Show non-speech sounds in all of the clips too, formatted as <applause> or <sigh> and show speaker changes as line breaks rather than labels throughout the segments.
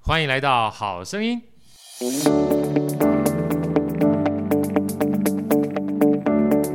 欢迎来到《好声音》。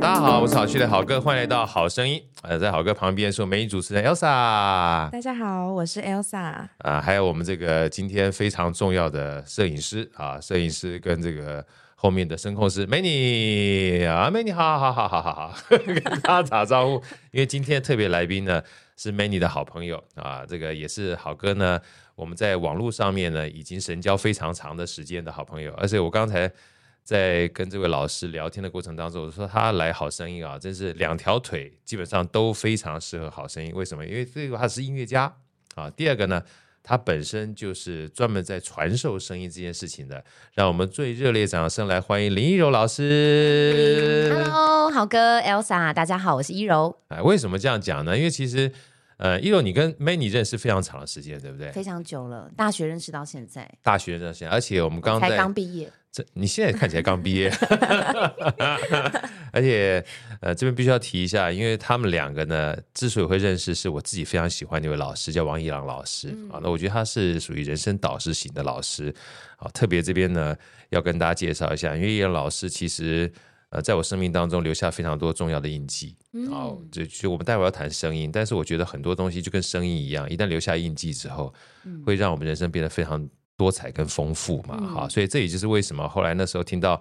大家好，我是好趣的好哥，欢迎来到《好声音》。呃，在好哥旁边是我们美女主持人 Elsa 啊、
大家好，我是 Elsa。
还有我们这个今天非常重要的摄影师啊，摄影师跟这个后面的声控师美女啊，美女，好好好好好好，跟大家打招呼，因为今天特别来宾呢是 Many 的好朋友啊，这个也是好哥呢，我们在网络上面呢已经神交非常长的时间的好朋友，而且我刚才在跟这位老师聊天的过程当中，我说他来好声音啊，真是两条腿基本上都非常适合好声音，为什么？因为这个他是音乐家啊，第二个呢。他本身就是专门在传授声音这件事情的，让我们最热烈掌声来欢迎林一柔老师。
Hello，好哥 Elsa，大家好，我是一柔，
哎，为什么这样讲呢？因为其实，呃，一柔你跟 Many 认识非常长的时间，对不对？
非常久了，大学认识到现在，
大学认识，而且我们刚刚
才
在
刚毕业，
这，你现在看起来刚毕业， <laughs> 而且呃，这边必须要提一下，因为他们两个呢，之所以会认识，是我自己非常喜欢的一位老师，叫王一郎老师、
嗯
啊。那我觉得他是属于人生导师型的老师啊。特别这边呢，要跟大家介绍一下，因为一郎老师其实呃，在我生命当中留下非常多重要的印记。哦，
嗯
就就我们待会儿要谈声音，但是我觉得很多东西就跟声音一样，一旦留下印记之后，会让我们人生变得非常多彩跟丰富嘛。哈、所以这也就是为什么后来那时候听到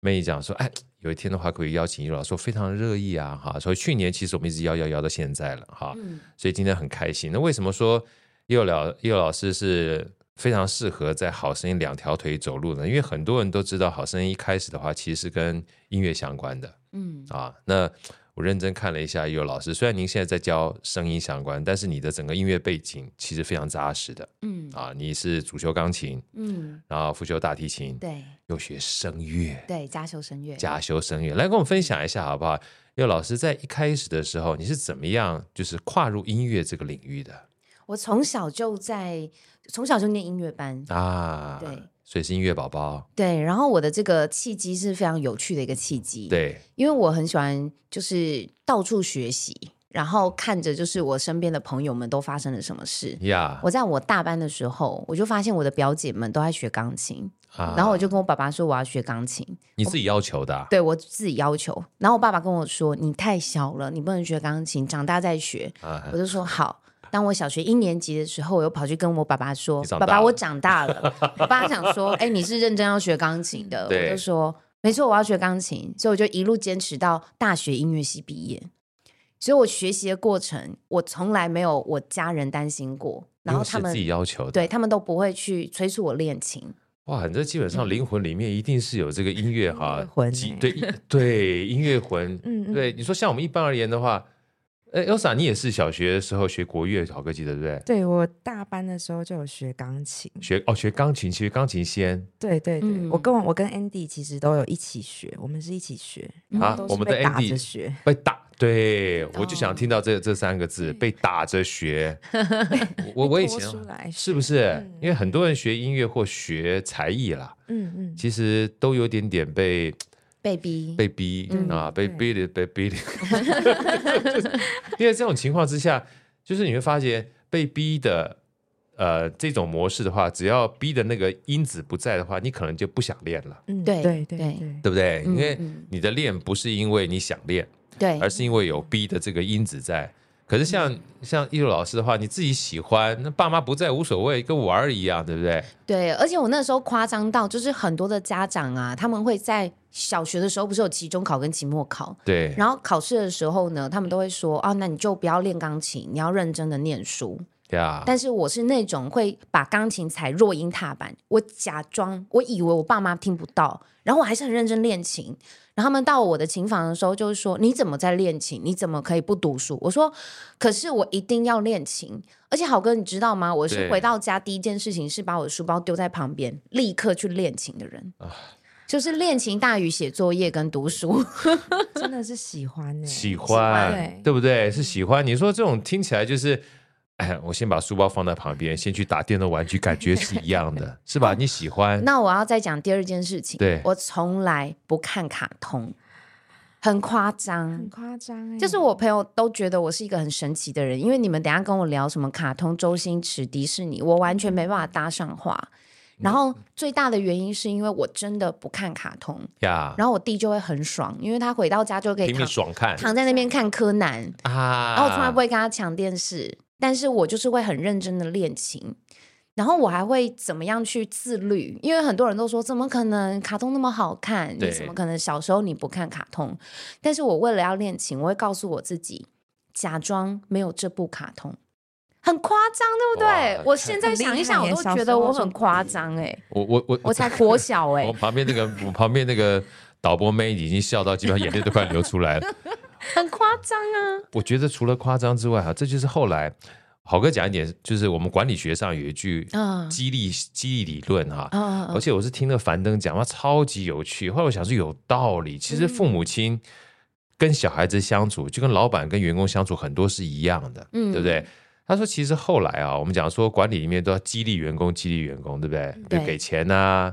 妹姨讲说，哎，有一天的话可以邀请叶老师，我非常乐意啊，哈。所以去年其实我们一直邀邀邀到现在了，哈。所以今天很开心。那为什么说叶老叶老师是非常适合在好声音两条腿走路呢？因为很多人都知道好声音一开始的话，其实是跟音乐相关的，嗯啊，那。我认真看了一下叶老师，虽然您现在在教声音相关，但是你的整个音乐背景其实非常扎实的，嗯啊，你是主修钢琴，
嗯，
然后辅修大提琴，
对
又学声乐，
对，家修声乐，
假修声乐，来跟我们分享一下好不好？因为老师在一开始的时候，你是怎么样就是跨入音乐这个领域的
我从小就在，从小就念音乐班，
啊？
对，
所以是音乐宝宝，
对，然后我的这个契机是非常有趣的一个契机，，
对，
因为我很喜欢就是到处学习，然后看着就是我身边的朋友们都发生了什么事。
呀，
我在我大班的时候，我就发现我的表姐们都在学钢琴，
啊
然后我就跟我爸爸说我要学钢琴，
你自己要求的啊、
对我自己要求。然后我爸爸跟我说：“你太小了，你不能学钢琴，长大再学。
啊
我就说：“好。”当我小学一年级的时候，我又跑去跟我爸爸说
你：“长
爸
大
爸，
了
我长
<laughs>
大了。”我爸想说：“哎、你是认真要学钢琴的？”
对
我就说：“没错，我要学钢琴。”所以我就一路坚持到大学音乐系毕业。所以我学习的过程，我从来没有我家人担心过，然
因
后
为是
他们
自己要求的，
对他们都不会去催促我练琴。
哇，你这基本
嗯
上灵魂里面一定是有这个音乐哈，
音乐魂
几
欸
<laughs>
对一对音乐魂，
嗯嗯
对你说像我们一般而言的话，呃，Elsa 你也是小学的时候学国乐，好哥记得对不对？
对我大班的时候就有学钢琴，
学哦，学钢琴，学钢琴先
对对对，
嗯
我跟我我跟 Andy 其实都有一起学，我们是一起学，
嗯
然
啊
后都
我
是
们的
被打
Andy
着学，
被打，对我就
哦
想听到这这三个字，被打着
<laughs>
学。我我我以前啊
拖出来
是不是？
嗯
因为很多人学音乐或学才艺啦，
嗯嗯，
其实都有点点被
被逼，
被逼、
嗯
啊，被
对
逼的，被
<laughs>
逼的。因为这种情况之下，就是你会发现被逼的，呃，这种模式的话，只要逼的那个因子不在的话，你可能就不想练了，
嗯
对
对对
对
对，
对不对？
嗯
因为
嗯
你的练不是因为你想练，
对，嗯
而是因为有逼的这个因子在。可是像像艺术老师的话，你自己喜欢，那爸妈不在无所谓，跟玩儿一样，对不对？
对，而且我那时候夸张到，就是很多的家长啊，他们会在小学的时候不是有期中考跟期末考，
对，
然后考试的时候呢，他们都会说啊，那你就不要练钢琴，你要认真的念书。
呀，
但是我是那种会把钢琴踩弱音踏板，我假装我以为我爸妈听不到，然后我还是很认真练琴。然后他们到我的琴房的时候，就是说你怎么在练琴？你怎么可以不读书？我说，可是我一定要练琴。而且好哥，你知道吗？我是
对
回到家第一件事情是把我的书包丢在旁边，立刻去练琴的人。就是练琴大于写作业跟读书，
真的是喜欢呢，
喜
欢
欢
对，
对不对？是喜欢。你说这种听起来就是，哎，我先把书包放在旁边，先去打电动玩具，感觉是一样
<laughs>
的，是吧？你喜欢
那我要再讲第二件事情。
对
我从来不看卡通，很夸张
很。夸张哎，
就是
嗯
我朋友都觉得我是一个很神奇的人，因为你们等一下跟我聊什么卡通、周星驰、迪士尼，我完全没办法搭上话。
嗯
然后最大的原因是因为我真的不看卡通，
呀，
然后我弟就会很爽，因为他回到家就可以
啊拼命
躺
爽看
躺在那边看柯南，
啊！
然后我从来不会跟他抢电视，但是我就是会很认真的练琴，然后我还会怎么样去自律，因为很多人都说怎么可能卡通那么好看，你
对
怎么可能小时候你不看卡通？但是我为了要练琴，我会告诉我自己，假装没有这部卡通。很夸张，对不对
哇？
我现在想一想，我
很厉害耶
都觉
小时
得
候
我
就
很夸张哎、
我我我
我才国小哎、
我旁边那个我旁边那个导播妹已经笑到基本上眼泪都快流出来了。
很夸张啊！
我觉得除了夸张之外，哈，这就是后来好哥讲一点，就是我们管理学上有一句
啊
激励、激励理论哈。
啊啊啊
而 <laughs> 且我是听了樊登讲，哇，超级有趣。后来我想是有道理，其实父母亲跟小孩子相处，就跟老板跟员工相处，很多是一样的，
嗯
对不对？他说，其实后来啊，我们讲说管理里面都要激励员工，激励员工，对不对？
对
就给钱啊，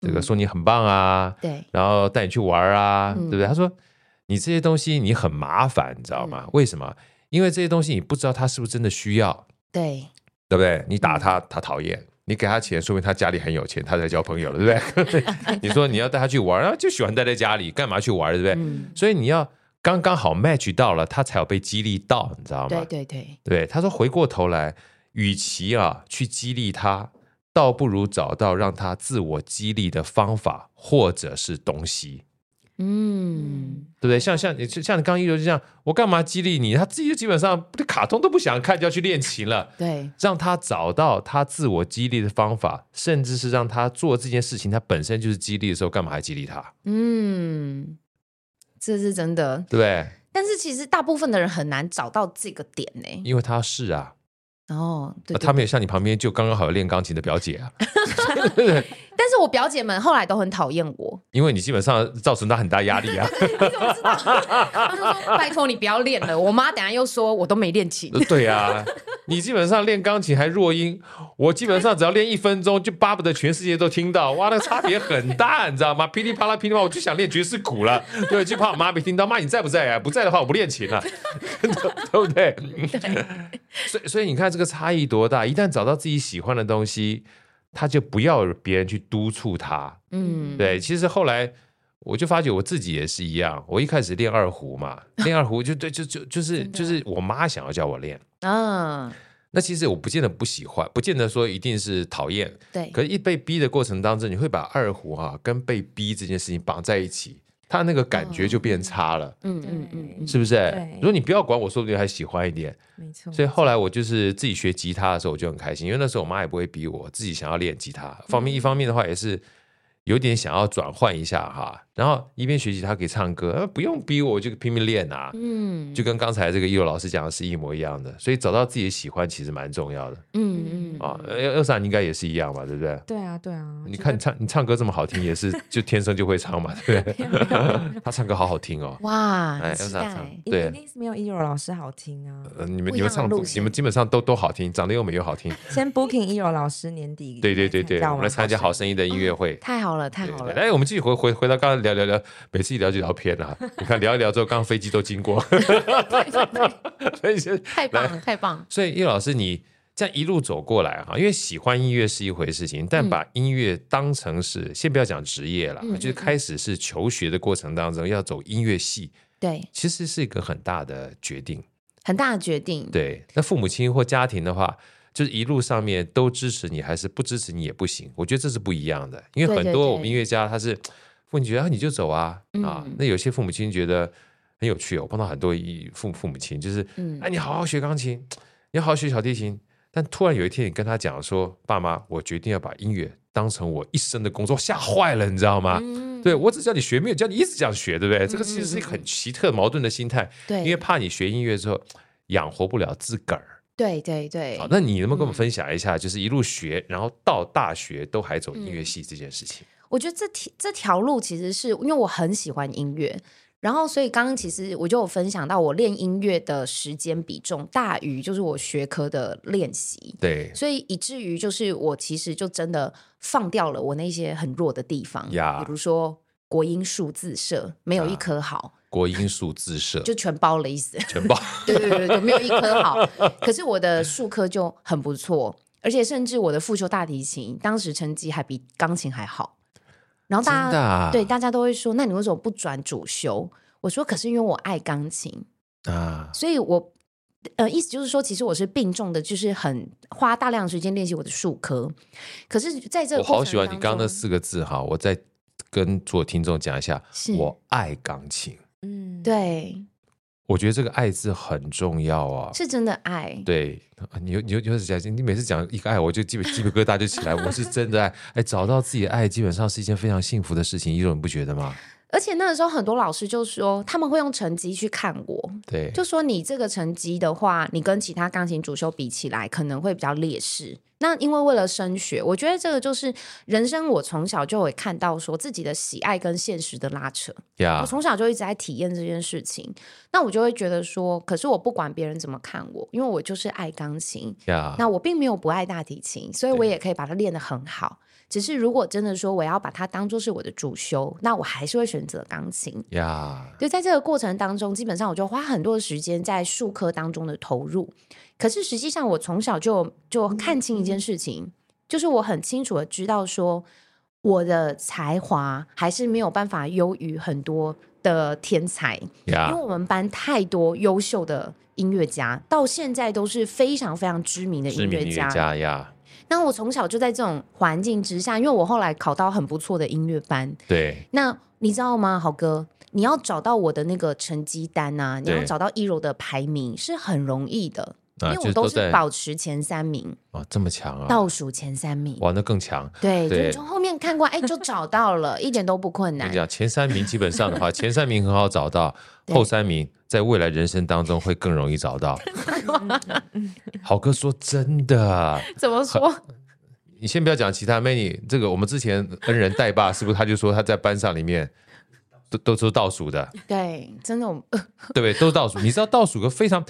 这个
嗯
说你很棒啊，
对，
然后带你去玩儿啊，
嗯
对不对？他说你这些东西你很麻烦，你知道吗？
嗯
为什么？因为这些东西你不知道他是不是真的需要，
对，
对不
嗯
对？你打他，他讨厌；你给他钱，说明他家里很有钱，他在交朋友了，对不
<laughs>
对？你说你要带他去玩儿，啊，就喜欢待在家里，干嘛去玩儿，对不对？
嗯，
所以你要刚刚好 match 到了，他才有被激励到，你知道吗？
对对对，
对，他说回过头来，与其啊去激励他，倒不如找到让他自我激励的方法或者是东西。
嗯，
对不对？像像你像你刚刚一柔就这样，我干嘛激励你？他自己就基本上这卡通都不想看，就要去练琴了。
对，
让他找到他自我激励的方法，甚至是让他做这件事情，他本身就是激励的时候，干嘛还激励他？
嗯，这是真的。
对不对？
但是其实大部分的人很难找到这个点呢、
因为他是啊，
哦，对
他
对
没有像你旁边就刚刚好有练钢琴的表姐啊，
但是我表姐们后来都很讨厌
<laughs>
我，
因为你基本上造成他很大压力啊。
你怎么知道？他们说拜托你不要练了。我妈等下又说我都没练琴。
对啊，你基本上练钢琴还弱音，我基本上只要练一分钟，就巴不得全世界都听到。哇，那个差别很大，你知道吗？噼里啪啦噼里啪啦，我就想练爵士鼓了，对，就怕我妈没听到。妈，你在不在啊？不在的话，我不练琴了， <laughs> 对不对？ <laughs> 所以，所以你看这个差异多大？一旦找到自己喜欢的东西，他就不要别人去督促他。
嗯，
对，其实后来我就发觉我自己也是一样，我一开始练二胡嘛，练二胡就对，就就就是就是我妈想要叫我练。
嗯，
那其实我不见得不喜欢，不见得说一定是讨厌，
对，
可是，一被逼的过程当中，你会把二胡哈、跟被逼这件事情绑在一起，他那个感觉就变差了，
嗯嗯嗯嗯，
是不是
对？
如果你不要管我，说不定还喜欢一点。
没错，
所以后来我就是自己学吉他的时候，我就很开心，因为那时候我妈也不会逼我，自己想要练吉他。方
嗯
面一方面的话也是有点想要转换一下哈，然后一边学吉他可以唱歌，啊、不用逼我，我就拼命练啊。
嗯
就跟刚才这个一柔老师讲的是一模一样的，所以找到自己的喜欢其实蛮重要的。
嗯嗯
啊，二二三你应该也是一样嘛，对不对？
对啊对啊，
你
就
看你唱你唱歌这么好听，
<laughs>
也是就天生就会唱嘛，对不对？ <laughs> 他唱歌好好听哦，
哇，
哎，
很
要
期
这样唱
待，
一
对。
定是没有一柔老师好听啊。
呃你们你
不一
们
样的
唱
路
你
线
们基本上都都好听，长得又美又
<laughs>
好听。
先 booking 一柔老师年底，
对对对对，我们来参加《好
声
声音》的音乐会。
太好了，太
对
好
对
了
对。来，我们继续回回回到刚刚聊聊聊，每次一聊就聊偏了。你看聊一聊之后，刚刚飞机都经
<laughs>
过， <laughs> 所以就
太棒了，太棒！
所以叶老师，你这样一路走过来啊哈，因为喜欢音乐是一回事
嗯
情，但把音乐当成是、先不要讲职业了，
嗯
就是开始是求学的过程当中要走音乐系，
对，
其实是一个很大的决定。
很大的决定。
对，那父母亲或家庭的话。就是一路上面都支持你，还是不支持你也不行。我觉得这是不一样的，因为
对
很
对
多
对
我们音乐家他是父母觉得啊你就走啊、啊
嗯，
那有些父母亲觉得很有趣、哦。我碰到很多一父父母亲就是
嗯
哎，你好好学钢琴，你好好学小提琴。但突然有一天，你跟他讲说：“爸妈，我决定要把音乐当成我一生的工作。”吓坏了，你知道吗？
嗯，
啊对我只叫你学，没有叫你一直这样学，对不对？这个其实是一个很奇特矛盾的心态，
对，
因为怕你学音乐之后养活不了自个儿。
对对对嗯
好，，那你能不能跟我们分享一下，就是一路学，然后到大学都还走音
嗯
乐系这件事情？
我觉得这条这条路其实是因为我很喜欢音乐，然后所以刚刚其实我就有分享到我练音乐的时间比重大于就是我学科的练习，
对
所以以至于就是我其实就真的放掉了我那些很弱的地方
呀
比如说国音数字社没有一
啊
科好。
国音数自社
就全包了意思。
全包，
<laughs> 对对对，对，没有一科好。可是我的数科就很不错，而且甚至我的复修大提琴当时成绩还比钢琴还好。然后
真
大
的
家、
啊
对大家都会说，那你为什么不转主修？我说，可是因为我爱钢琴，
啊，
所以我呃意思就是说，其实我是病重的，就是很花大量时间练习我的数科。可是在这
我
个过
好
程
喜欢你刚刚那
当中
四个字哈，我再跟所有听众讲一下，
是
我爱钢琴，
嗯，
对，
我觉得这个爱字很重要啊。
是真的爱。
对，啊你又你又你又是讲，你每次讲一个爱，我就基本鸡皮疙瘩就起来。我是真的爱，哎，找到自己的爱，基本上是一件非常幸福的事情，一种你不觉得吗？
而且那个时候很多老师就说，他们会用成绩去看我，
对，
就说你这个成绩的话，你跟其他钢琴主修比起来，可能会比较劣势。那因为为了升学，我觉得这个就是人生。我从小就会看到说自己的喜爱跟现实的拉扯，
呀
我，从小就一直在体验这件事情。那我就会觉得说，可是我不管别人怎么看我，因为我就是爱钢琴，
呀，
那我并没有不爱大提琴，所以
啊
我
对
也可以把它练得很好。只是如果真的说我要把它当做是我的主修，那我还是会选择钢琴。
呀，
就在这个过程当中，基本上我就花很多的时间在术科当中的投入。可是实际上，我从小就就看清一件事情，就是我很清楚的知道说，我的才华还是没有办法优于很多的天才，因为
呀，
我们班太多优秀的音乐家，到现在都是非常非常知名的
知
音
名
乐
音
家
乐。家呀，
那我从小就在这种环境之下，因为我后来考到很不错的音乐班，
对，
那你知道吗，豪哥？你要找到我的那个成绩单啊，你
对
要找到一柔的排名是很容易的，
啊，
因为
就
我都
在
是保持前三名，
啊这么强啊，
倒数前三名。
哇，那更强。
对，就
对
你从后面看过来，哎，就找到了，一点都不困
跟 <laughs>
难
你。讲，前三名基本上的
<laughs>
话，前三名很好找到，
对
后三名在未来人生当中会更容易找到。好哥说真的，
怎么说？
你先不要讲其他 Many，这个我们之前恩人带爸是不是他就说他在班上里面都都是倒数的，
对，真的，我呃
对不对？都是倒数。你知道倒数个非常，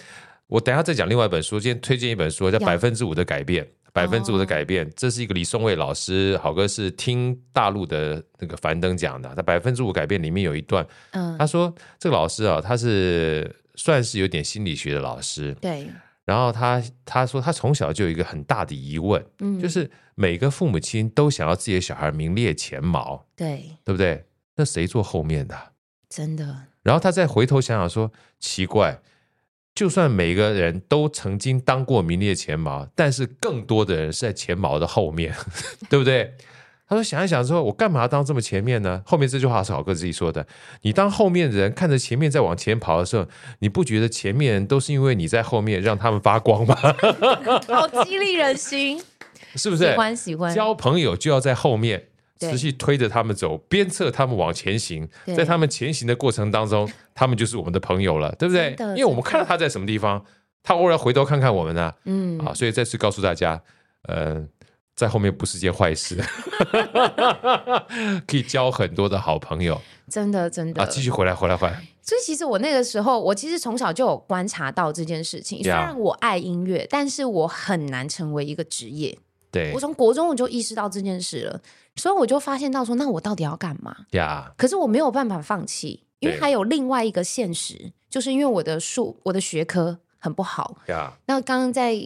我等一下再讲另外一本书，今天推荐一本书叫《
呀哦
百分之五的改变》。百分之五的改变，这是一个李松蔚老师，好哥是听大陆的那个樊登讲的。他百分之五改变里面有一段， <laughs>
嗯，
他说这个老师啊，他是算是有点心理学的老师，
对，
然后他他说他从小就有一个很大的疑问，
嗯，
就是每个父母亲都想要自己的小孩名列前茅，
对，
对不对？那谁坐后面的啊？<laughs>
真的，
然后他再回头想想说，奇怪，就算每个人都曾经当过名列前茅，但是更多的人是在前茅的后面， <laughs> 对不对？他说想一想说，我干嘛当这么前面呢？后面这句话是好哥自己说的。你当后面的人看着前面在往前跑的时候，你不觉得前面人都是因为你在后面让他们发光吗？
好激励
<laughs>
人心，
是不
喜
是？
欢喜欢，
交朋友就要在后面
对
持续推着他们走，鞭策他们往前行。
对
在他们前行的过程当
<laughs>
中，他们就是我们的朋友了，对不对？
真的
因为我们看到他在什么地方，他偶尔回头看看我们呢、啊。
嗯，
所以再次告诉大家，呃，在后面不是件坏
<laughs>
事，可以交很多的好朋友
真的真的
啊。继续回来，回来，回来，
所以其实我那个时候，我其实从小就有观察到这件事情。
Yeah
虽然我爱音乐，但是我很难成为一个职业。
对
我从国中我就意识到这件事了，所以我就发现到说，那我到底要干嘛？
呀，
可是我没有办法放弃，因为
对
还有另外一个现实，就是因为我的数我的学科很不好。
呀，
那刚刚在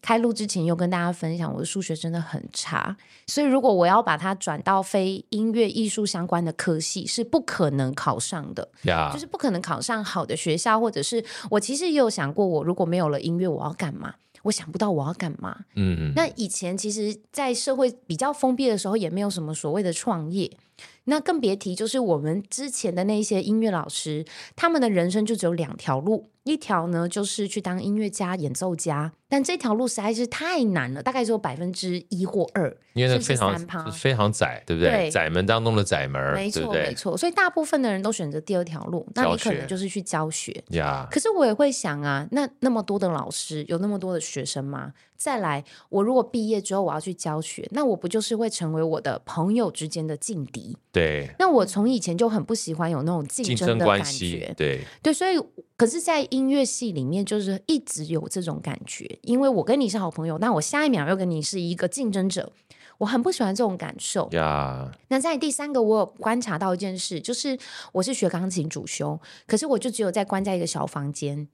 开录之前又跟大家分享，我的数学真的很差，所以如果我要把它转到非音乐艺术相关的科系，是不可能考上的。
呀
就，是不可能考上好的学校，或者是我其实也有想过，我如果没有了音乐，我要干嘛？我想不到我要干嘛。
嗯，
那以前其实，在社会比较封闭的时候，也没有什么所谓的创业，那更别提就是我们之前的那些音乐老师，他们的人生就只有两条路，一条呢就是去当音乐家、演奏家，但这条路实在是太难了，大概只有百分之一或二。
因为那
是不是
非常
三趴
非常窄，对不对？
对
窄门当中的窄门，对
没错，
不
没
对？
错，所以大部分的人都选择第二条路，那
教
你可
学
能就是去教学。
呀，
可是我也会想啊，那那么多的老师，有那么多的学生吗？再来，我如果毕业之后我要去教学，那我不就是会成为我的朋友之间的劲敌？
对，
那我从以前就很不喜欢有那种竞
竞
争
争
的
关
感
系
觉，，
对
对，所以可是，在音乐系里面，就是一直有这种感觉，因为我跟你是好朋友，那我下一秒又跟你是一个竞争者。我很不喜欢这种感受。
呀，
那在第三个，我有观察到一件事，就是我是学钢琴主修，可是我就只有在关在一个小房间。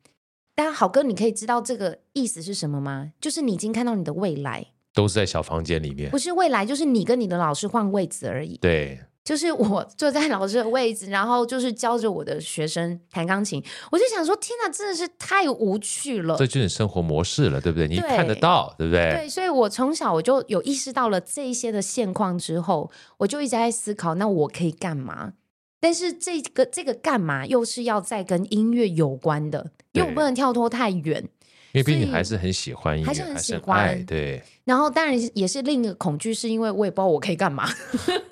但好哥，你可以知道这个意思是什么吗？就是你已经看到你的未来，
都是在小房间里面
不。是未来，就是你跟你的老师换位置而已。
对，
就是我坐在老师的位置，然后就是教着我的学生弹钢琴，我就想说，天哪，真的是太无趣了
这。就是你生活模式了，对不对？你
对
看得到，对不对？
对，所以我从小我就有意识到了这一些的现况之后，我就一直在思考，那我可以干嘛？但是这个这个干嘛又是要在跟音乐有关的，因为我
对
不能跳脱太远。
因为毕
所
竟
以
还是很喜欢音乐，
还是很喜
很
欢
爱对，
然后当然也是另一个恐惧，是因为我也不知道我可以干嘛。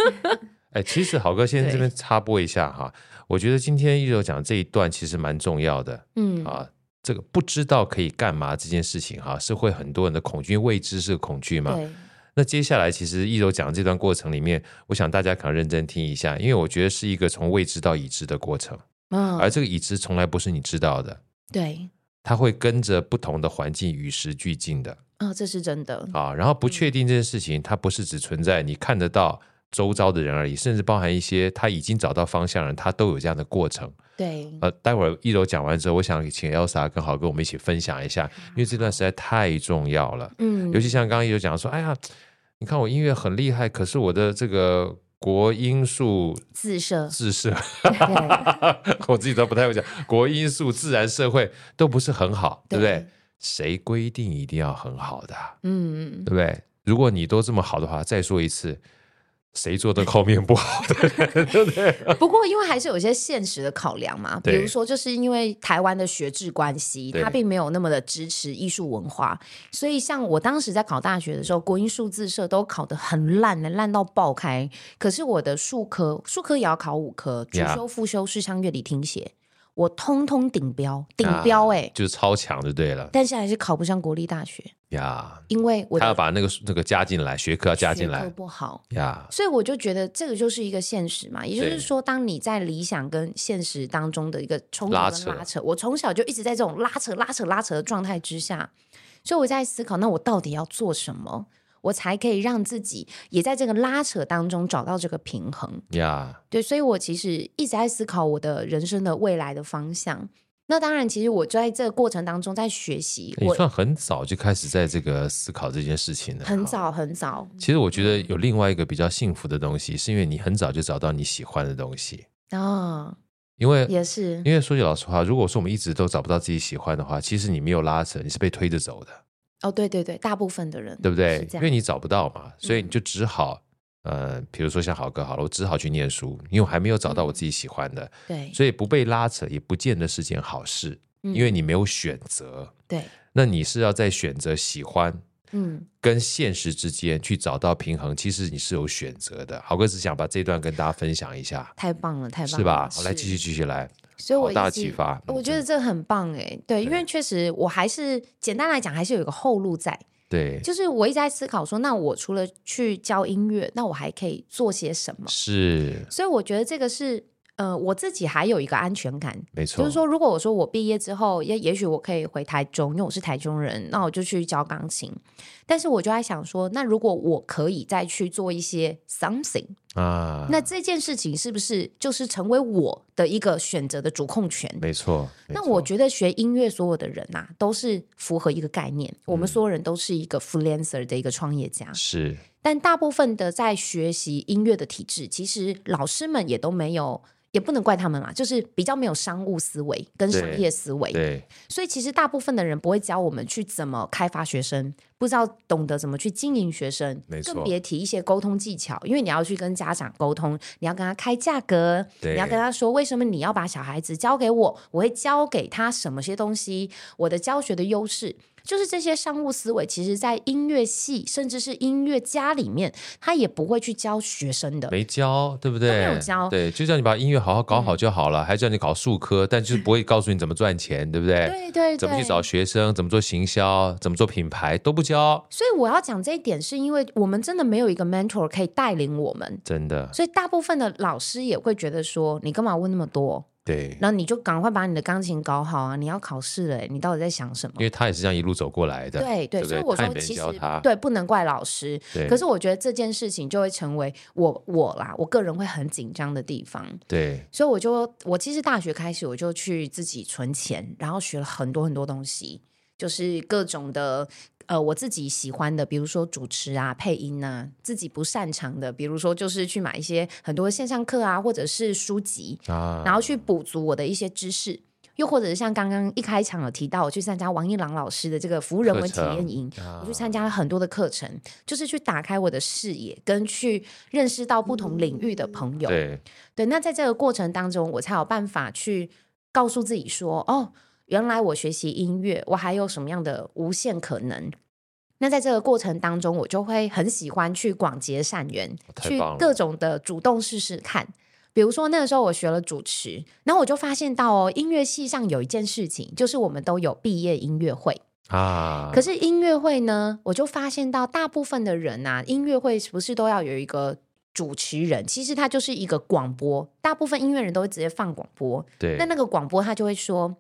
<laughs>
哎，其实好哥先
对
这边插播一下哈，我觉得今天一柔讲这一段其实蛮重要的
嗯，
啊。这个不知道可以干嘛这件事情哈，是会很多人的恐惧，因为未知是个恐惧嘛。
对，
那接下来，其实一柔讲这段过程里面，我想大家可能认真听一下，因为我觉得是一个从未知到已知的过程，而
嗯，
这个已知从来不是你知道的，
对，
它会跟着不同的环境与时俱进的
哦，这是真的，
啊。然后不
嗯
确定这件事情，它不是只存在你看得到周遭的人而已，甚至包含一些他已经找到方向的人，他都有这样的过程。
嗯对，
呃，待会儿一柔讲完之后，我想请 Elsa 跟好哥我们一起分享一下，因为这段实在太重要了。
嗯
尤，其像刚刚也有讲说，哎呀，你看我音乐很厉害，可是我的这个国音数
自设，
自社，
<laughs>
<laughs>
对
我自己都不太会讲，国音数自然社会都不是很好，对不对
对？
谁规定一定要很好的啊、
嗯
对，不对？如果你都这么好的话，再说一次，谁做的后面不好的？
不过，因为还是有一些现实的考量嘛，比
对
如说，就是因为台湾的学制关系，
对
它并没有那么的支持艺术文化，所以像我当时在考大学的时候，国音数字社都考得很烂的，烂到爆开。可是我的数科，数科也要考五科，主
Yeah
修、副修、视唱、乐理、听写，我通通顶标，顶标哎、
啊就是超强就对了
但是还是考不上国立大学，
呀。
因为我
他要
的
把那个那个加进来，学科要加进
学科
来
不好。
呀。
所以我就觉得这个就是一个现实嘛，也就
对
是说，当你在理想跟现实当中的一个冲突
拉
跟
扯
拉扯，我从小就一直在这种拉扯、拉扯、拉扯的状态之下，所以我在思考，那我到底要做什么，我才可以让自己也在这个拉扯当中找到这个平衡？
呀，
对，所以我其实一直在思考我的人生的未来的方向。那当然，其实我在这个过程当中在学习，
你
我
算很早就开始在这个思考这件事情了，
很
哈
早很早
其实我觉得有另外一个比较幸福的东西，是因为你很早就找到你喜欢的东西。
啊、哦，
因为
也
呃
是
因为说句老实话，如果说我们一直都找不到自己喜欢的话，其实你没有拉扯，你是被推着走的，
哦，对对对，大部分的人
对不对
是？这
因
样嗯
为你找不到嘛，所以你就只好、呃，比如说像好哥好了，我只好去念书，因为我还没有找到我自己喜欢的，
对，
所以不被拉扯也不见得是件好事，
嗯
因为你没有选择。
对，
那你是要在选择喜欢
嗯。
跟现实之间去找到平衡，其实你是有选择的。好哥只想把这段跟大家分享一下，
太棒了，太棒了，
是吧？好，来
是
继续，继续来，
所以我
好大
一直
启发嗯
我觉得这很棒哎、对，因为确实我还是简单来讲，还是有一个后路在，
对，
就是我一直在思考说，那我除了去教音乐，那我还可以做些什么？
是
所以我觉得这个是呃，我自己还有一个安全感，
没错，
就是说，如果我说我毕业之后，也也许我可以回台中，因为我是台中人，那我就去教钢琴。但是我就在想说，那如果我可以再去做一些 something，
啊，
那这件事情是不是就是成为我的一个选择的主控权？
没错。没
那
错
我觉得学音乐所有的人呐、都是符合一个概念，我们所有人都是一个 freelancer 的一个创业家。
嗯是
但大部分的在学习音乐的体制，其实老师们也都没有，也不能怪他们嘛，就是比较没有商务思维跟
对
商业思维。
对
所以其实大部分的人不会教我们去怎么开发学生，不知道懂得怎么去经营学生
没，错
更别提一些沟通技巧，因为你要去跟家长沟通，你要跟他开价格，
对
你要跟他说为什么你要把小孩子交给我，我会教给他什么些东西，我的教学的优势。就是这些商务思维，其实，在音乐系甚至是音乐家里面，他也不会去教学生的。
没教，对不对？
没有教嗯
对，就叫你把音乐好好搞好就好了，还叫你搞数科，但就是不会告诉你怎么赚钱，对不对？
对对对，
怎么去找学生，怎么做行销，怎么做品牌都不教，
所以我要讲这一点，是因为我们真的没有一个 mentor 可以带领我们。
真的
所以大部分的老师也会觉得说，你干嘛问那么多？
对，
然后你就赶快把你的钢琴搞好啊！你要考试了欸，你到底在想什么
因？为他也是这样一路走过来的，
对
嗯对
对，
不
所以
对
我
他也
说
没
其实
教他
对不能怪老师，
对，
可是我觉得这件事情就会成为我我啦，我个人会很紧张的地方。
对
所以我就我其实大学开始我就去自己存钱，然后学了很多很多东西，就是各种的呃我自己喜欢的，比如说主持啊、配音啊，自己不擅长的，比如说就是去买一些很多线上课啊，或者是书籍，
啊，
然后去补足我的一些知识。又或者是像刚刚一开场有提到，我去参加王一郎老师的这个服务人文体验营，
啊
我去参加了很多的课程，就是去打开我的视野，跟去认识到不同领域的朋友。
对
对，那在这个过程当中，我才有办法去告诉自己说，哦，原来我学习音乐，我还有什么样的无限可能。那在这个过程当中，我就会很喜欢去广结善缘，
哦太
去
棒了
各种的主动试试看。比如说那个时候我学了主持，然后我就发现到哦，音乐系上有一件事情，就是我们都有毕业音乐会。
啊，
可是音乐会呢，我就发现到大部分的人啊，音乐会不是都要有一个主持人？其实它就是一个广播，大部分音乐人都会直接放广播。
对
那那个广播他就会说：“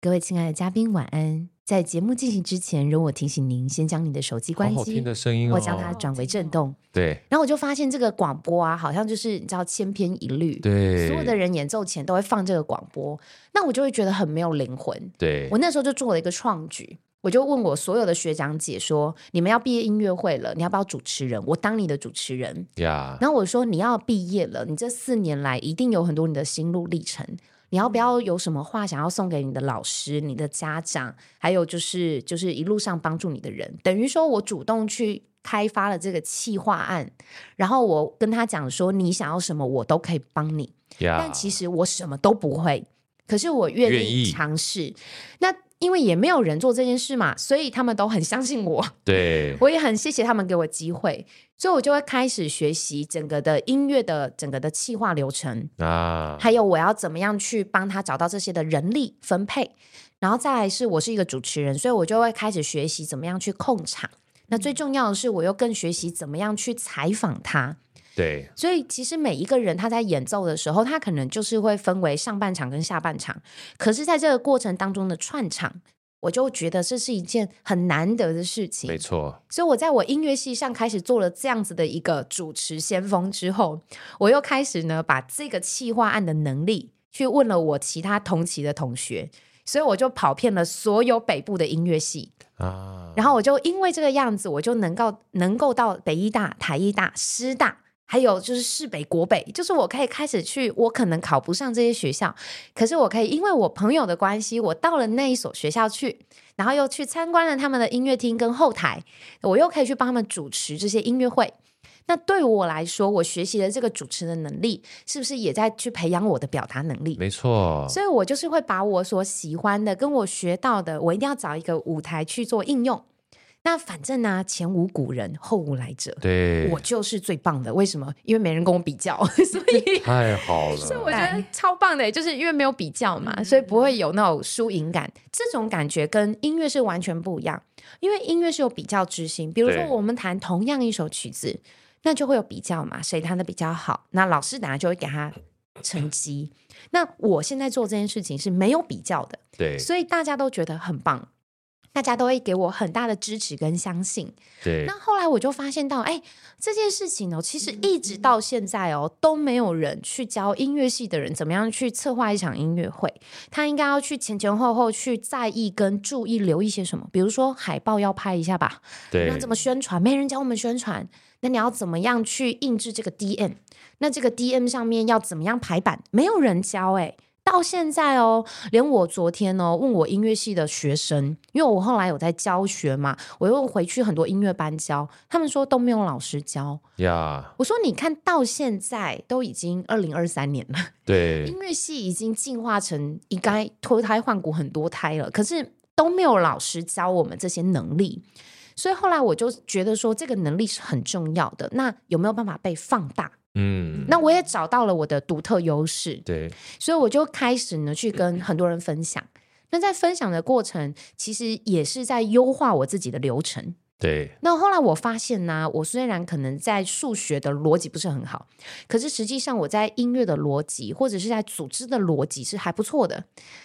各位亲爱的嘉宾，晚安。在节目进行之前，容我提醒您，先将你的手机关
好好
机
听，的声音哦，
或将它转为震动。
对”
然后我就发现这个广播啊，好像就是你知道千篇一律，
对，
所有的人演奏前都会放这个广播，那我就会觉得很没有灵魂。
对
我那时候就做了一个创举，我就问我所有的学长姐说：“你们要毕业音乐会了，你要不要主持人？我当你的主持人。
呀”，
然后我说：“你要毕业了，你这四年来一定有很多你的心路历程，你要不要有什么话想要送给你的老师、你的家长，还有就是就是一路上帮助你的人？等于说我主动去。”开发了这个企划案，然后我跟他讲说，你想要什么，我都可以帮你。
呀，
但其实我什么都不会，可是我愿
啊愿意
意尝试。那因为也没有人做这件事嘛，所以他们都很相信我， <laughs>
对
我也很谢谢他们给我机会，所以我就会开始学习整个的音乐的整个的企划流程，
啊，
还有我要怎么样去帮他找到这些的人力分配，然后再来是我是一个主持人，所以我就会开始学习怎么样去控场。那最重要的是，我又更学习怎么样去采访他，
对
所以其实每一个人他在演奏的时候，他可能就是会分为上半场跟下半场。可是，在这个过程当中的串场，我就觉得这是一件很难得的事
没
情。
错，
所以我在我音乐系上开始做了这样子的一个主持先锋之后，我又开始呢把这个企划案的能力去问了我其他同期的同学，所以我就跑遍了所有北部的音乐系。
啊，
然后我就因为这个样子，我就能够能够到北医大、台医大、师大，还有就是市北、国北，就是我可以开始去，我可能考不上这些学校，可是我可以因为我朋友的关系，我到了那一所学校去，然后又去参观了他们的音乐厅跟后台，我又可以去帮他们主持这些音乐会。那对我来说，我学习的这个主持的能力，是不是也在去培养我的表达能力？
没错，
所以我就是会把我所喜欢的、跟我学到的，我一定要找一个舞台去做应用。那反正呢、前无古人，后无来者，
对
我，就是最棒的。为什么？因为没人跟我比较， <laughs> 所以。
太好了，
所以我觉得超棒的，欸就是因为没有比较嘛，所以不会有那种输赢感。这种感觉跟音乐是完全不一样，因为音乐是有比较之心。比如说
对，
我们弹同样一首曲子，那就会有比较嘛，谁弹的比较好，那老师等下就会给他成绩。那我现在做这件事情是没有比较的，
对
所以大家都觉得很棒，大家都会给我很大的支持跟相信。
对
那后来我就发现到，哎，这件事情哦，其实一直到现在哦，都没有人去教音乐系的人怎么样去策划一场音乐会。他应该要去前前后后去在意跟注意留意些什么，比如说海报要拍一下吧，你要
对
怎么宣传？没人教我们宣传，那你要怎么样去印制这个 DM？那这个 DM 上面要怎么样排版？没有人教哎、到现在哦，连我昨天哦问我音乐系的学生，因为我后来有在教学嘛，我又回去很多音乐班教，他们说都没有老师教。
呀，
我说你看到现在都已经二零二三年了。
对
音乐系已经进化成应该脱胎换骨很多胎了，可是都没有老师教我们这些能力，所以后来我就觉得说这个能力是很重要的。那有没有办法被放大？
嗯，
那我也找到了我的独特优势，
对
所以我就开始呢去跟很多人分享。那在分享的过程，其实也是在优化我自己的流程。
对，
那后来我发现呢、我虽然可能在数学的逻辑不是很好，可是实际上我在音乐的逻辑或者是在组织的逻辑是还不错的。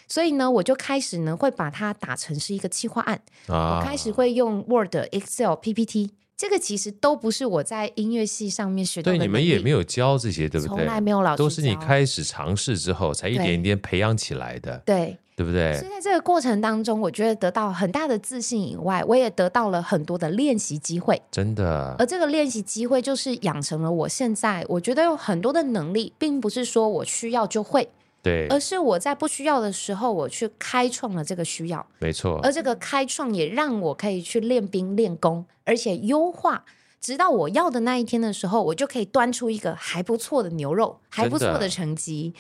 所以呢，我就开始呢会把它打成是一个企划案，
啊，
我开始会用 Word、Excel、PPT，这个其实都不是我在音乐系上面学到的
对
能力。
你们也没有教这些，对不
从
对？
来没有老师
都是你
教
开始尝试之后，才一
对
点一点培养起来的，
对。
对不对
所以？在这个过程当中，我觉得得到很大的自信以外，我也得到了很多的练习机会。
真的
而，这个练习机会就是养成了我现在，我觉得有很多的能力，并不是说我需要就会，
对，
而是我在不需要的时候，我去开创了这个需要，
没错，
而这个开创也让我可以去练兵练功，而且优化。直到我要的那一天的时候，我就可以端出一个还不错的牛肉，还不错
真的
的成绩。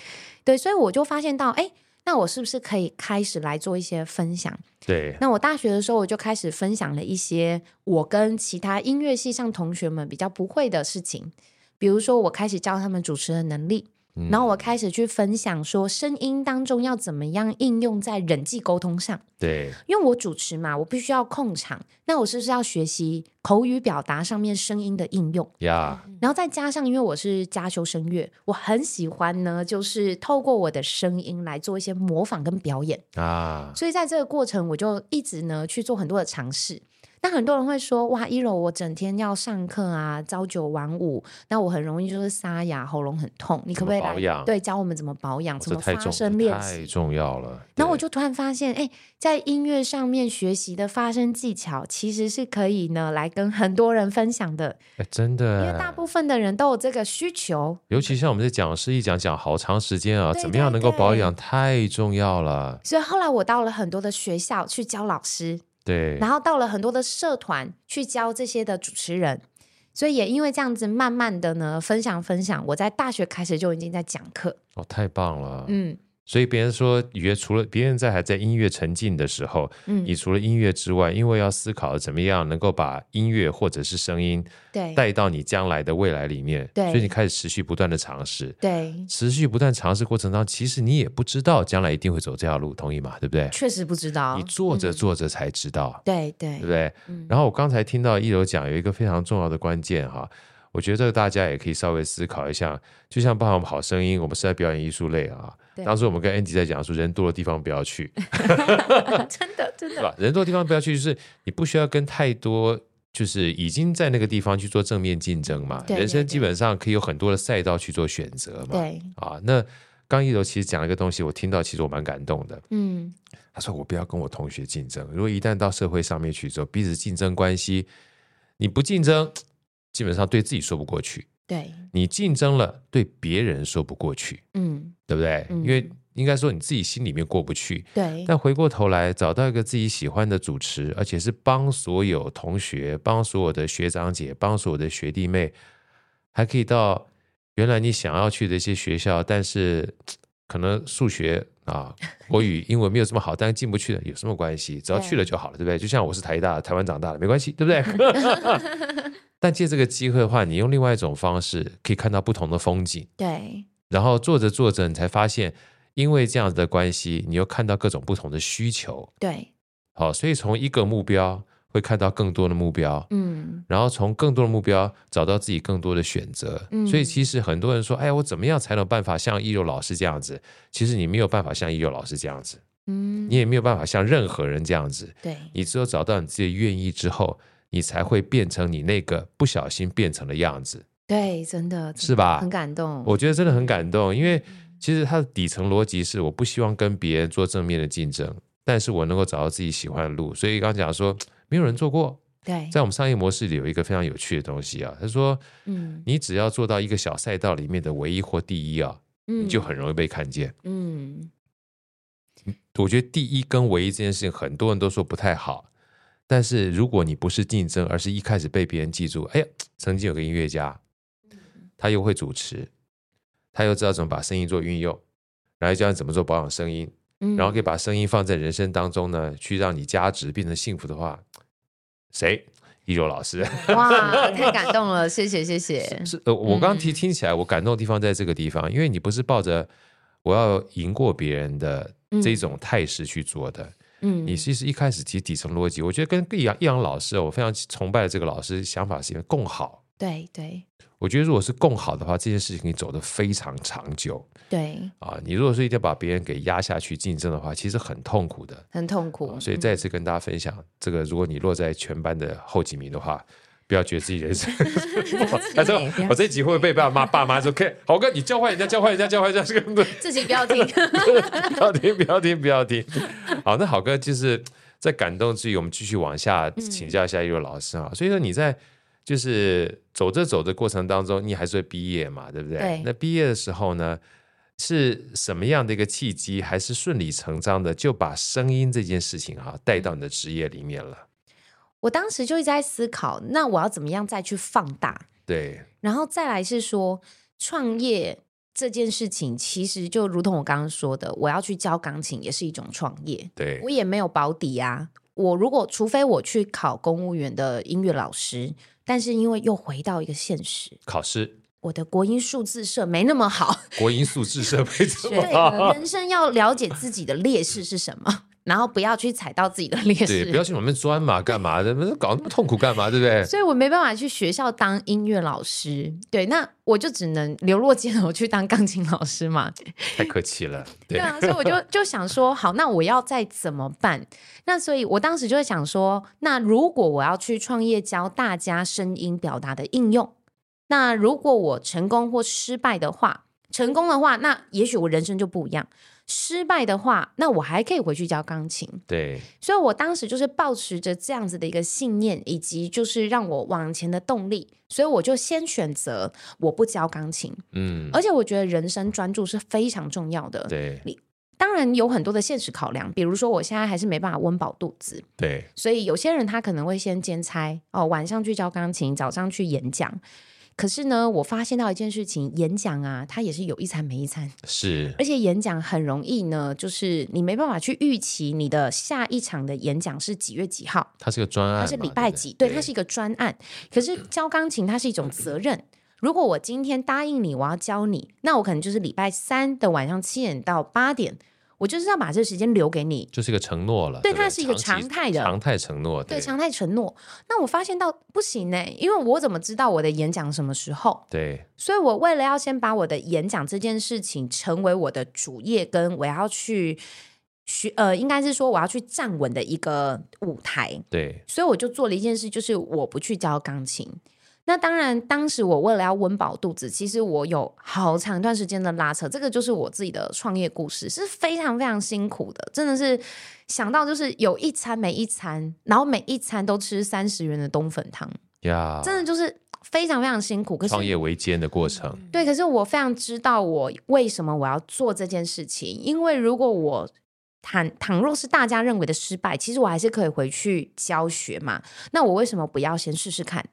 对，所以我就发现到，哎，那我是不是可以开始来做一些分享？
对，
那我大学的时候，我就开始分享了一些我跟其他音乐系上同学们比较不会的事情，比如说我开始教他们主持的能力，
嗯
然后我开始去分享说声音当中要怎么样应用在人际沟通上，
对，
因为我主持嘛，我必须要控场，那我是不是要学习口语表达上面声音的应用？
呀，
然后再加上，因为我是加修声乐，我很喜欢呢，就是透过我的声音来做一些模仿跟表演。
啊，
所以在这个过程，我就一直呢去做很多的尝试。那很多人会说，哇，一柔，我整天要上课啊，朝九晚五，那我很容易就是沙哑，喉咙很痛，你可不可以
怎么
来
保养哦
对教我们怎么保养，怎
这
么
太
发
重
声
这
练
太
习？
重要了。
然后我
对
就突然发现，哎，在音乐上面学习的发声技巧，其实是可以呢来跟很多人分享的，
哎真
因
的，
为大部分的人都有这个需求。
尤其像我们在讲师一讲讲好长时间啊，
对
怎么样
对
能够保
对
养太重要了。
所以后来我到了很多的学校去教老师，
对，
然后到了很多的社团去教这些的主持人，所以也因为这样子，慢慢的呢分享分享，我在大学开始就已经在讲课，
哦，太棒了。
嗯
所以别人说语言除了别人在还在音乐沉浸的时候，你
嗯，
除了音乐之外，因为要思考怎么样能够把音乐或者是声音
对
带到你将来的未来里面，
对
所以你开始持续不断的尝试。
对，
持续不断尝试过程当中，其实你也不知道将来一定会走这条路，同意吗？对不对？
确实不知道
你，做着
嗯
做着才知道，
对
对不
对，
对？
嗯
然后我刚才听到一楼讲有一个非常重要的关键哈，我觉得大家也可以稍微思考一下，就像包含我们好声音，我们是在表演艺术类啊。
对
当时我们跟 Andy 在讲说，人多的地方不要去，
<laughs> 真的真
是
的，
吧？人多的地方不要去，就是你不需要跟太多。就是已经在那个地方去做正面竞争嘛，
对
人
对
生
对
基本上可以有很多的赛道去做选择嘛。
对，
啊，那刚一楼其实讲了一个东西，我听到其实我蛮感动的。
嗯
他说：“我不要跟我同学竞争，如果一旦到社会上面去之后，彼此竞争关系，你不竞争，基本上对自己说不过去；
对，
你竞争了，对别人说不过去，
嗯
对不对？
嗯
因为应该说你自己心里面过不去。
对，
但回过头来，找到一个自己喜欢的主持，而且是帮所有同学、帮所有的学长姐、帮所有的学弟妹，还可以到原来你想要去的一些学校，但是嘖可能数学啊、国语、英文没有这么好，但是进不去的有什么关系？只要去了就好了，对不对？就像我是台大的，台湾长大的，没关系，对不对？ <laughs> 但借这个机会的话，你用另外一种方式，可以看到不同的风景。
对
然后做着做着，你才发现，因为这样子的关系，你又看到各种不同的需求。
对，
好，所以从一个目标会看到更多的目标，
嗯
然后从更多的目标找到自己更多的选择。
嗯
所以其实很多人说，哎呀，我怎么样才有办法像一柔老师这样子？其实你没有办法像一柔老师这样子，
嗯
你，也没有办法像任何人这样子。
对
你只有找到你自己愿意之后，你才会变成你那个不小心变成的样子，
对，真的真
是
的
吧？
很感动，
我觉得真的很感动，因为其实它的底层逻辑是我不希望跟别人做正面的竞争，但是我能够找到自己喜欢的路。所以刚刚讲说，没有人做过，
对，
在我们商业模式里有一个非常有趣的东西啊，他说，
嗯
你只要做到一个小赛道里面的唯一或第一啊，
嗯
你就很容易被看见。
嗯
我觉得第一跟唯一这件事情，很多人都说不太好。但是如果你不是竞争，而是一开始被别人记住，哎呀，曾经有个音乐家，他又会主持，他又知道怎么把声音做运用，然后教你怎么做保养声音，
嗯，
然后可以把声音放在人生当中呢，去让你加值变成幸福的话，谁？一柔老师
哇，
<laughs>
太感动了，谢谢谢谢，
是呃，我刚刚提听起来，我感动的地方在这个地方，因为你不是抱着我要赢过别人的这种态势去做的，
嗯
你其实一开始其实底层逻辑，我觉得跟易阳易阳老师哦，我非常崇拜这个老师，想法是因为共好。
对对
我觉得如果是共好的话，这件事情可以走得非常长久
对，
啊。你如果是一定要把别人给压下去竞争的话，其实很痛苦的。啊
很痛苦。
所以
嗯
再次跟大家分享，这个如果你落在全班的后几名的话，不要觉得自己人生 <laughs> 他说
不要
我这一集会不会被爸妈爸妈说，OK，豪哥你教坏人家，教坏人家，教坏人家，这个
自己不要听。 <laughs>
不要听，不 <laughs> 要听，不要听。好，那好哥就是在感动之余，我们继续往下
嗯
请教一下一位老师啊。所以说你在就是走着走着过程当中，你还是会毕业嘛，对不对？
对
那毕业的时候呢，是什么样的一个契机，还是顺理成章的就把声音这件事情哈、带到你的职业里面了？
我当时就一直在思考，那我要怎么样再去放大？
对，
然后再来是说创业这件事情，其实就如同我刚刚说的，我要去教钢琴也是一种创业，
对
我，也没有保底啊。我如果除非我去考公务员的音乐老师，但是因为又回到一个现实，
考试
我的国音数字社没那么好，
国音素质设备
<laughs>
这 <laughs> 么好。
对，人生要了解自己的劣势是什么，然后不要去踩到自己的劣
对，
势。
不要去往里面钻嘛，干嘛 <laughs> 的？搞那么痛苦干嘛？对不对？
所以我没办法去学校当音乐老师，对，那我就只能流落街头去当钢琴老师嘛。
太客气了。
对
对，
啊，所以我就 <laughs> 就想说，好，那我要再怎么办？那所以我当时就会想说，那如果我要去创业教大家声音表达的应用，那如果我成功或失败的话，成功的话，那也许我人生就不一样；失败的话，那我还可以回去教钢琴。
对，
所以我当时就是抱持着这样子的一个信念，以及就是让我往前的动力，所以我就先选择我不教钢琴，
嗯，
而且我觉得人生专注是非常重要的。
对
当然有很多的现实考量，比如说我现在还是没办法温饱肚子，
对
所以有些人他可能会先兼差哦，晚上去教钢琴，早上去演讲。可是呢，我发现到一件事情，演讲啊，它也是有一餐没一餐。
是，
而且演讲很容易呢，就是你没办法去预期你的下一场的演讲是几月几号，
它是个专案
它
嘛，
是礼
不
拜几，啊对，它是一个专案。可是教钢琴它是一种责任。如果我今天答应你，我要教你，那我可能就是礼拜三的晚上七点到八点，我就是要把这个时间留给你。
就是一个承诺了。
对
不
它是一个
长期
常态的
常态承诺。
对，常态承诺。那我发现到不行呢、欸因为我怎么知道我的演讲什么时候？
对
所以我为了要先把我的演讲这件事情成为我的主业，跟我要去学，呃，应该是说我要去站稳的一个舞台，
对
所以我就做了一件事，就是我不去教钢琴。那当然，当时我为了要温饱肚子，其实我有好长一段时间的拉扯，这个就是我自己的创业故事，是非常非常辛苦的，真的是想到就是有一餐没一餐，然后每一餐都吃三十元的冬粉汤，
呀，
真的就是非常非常辛苦。可是
创业维艰的过程，
嗯
对，可是我非常知道我为什么我要做这件事情，因为如果我倘倘若是大家认为的失败，其实我还是可以回去教学嘛。那我为什么不要先试试看？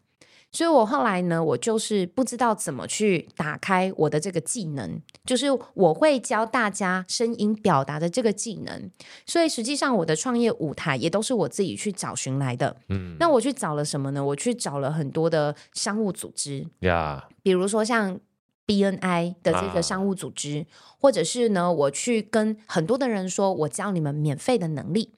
所以我后来呢，我就是不知道怎么去打开我的这个技能，就是我会教大家声音表达的这个技能。所以实际上我的创业舞台也都是我自己去找寻来的。
嗯
那我去找了什么呢？我去找了很多的商务组织，
呀，
比如说像 BNI 的这
啊
个商务组织，或者是呢，我去跟很多的人说，我教你们免费的能力。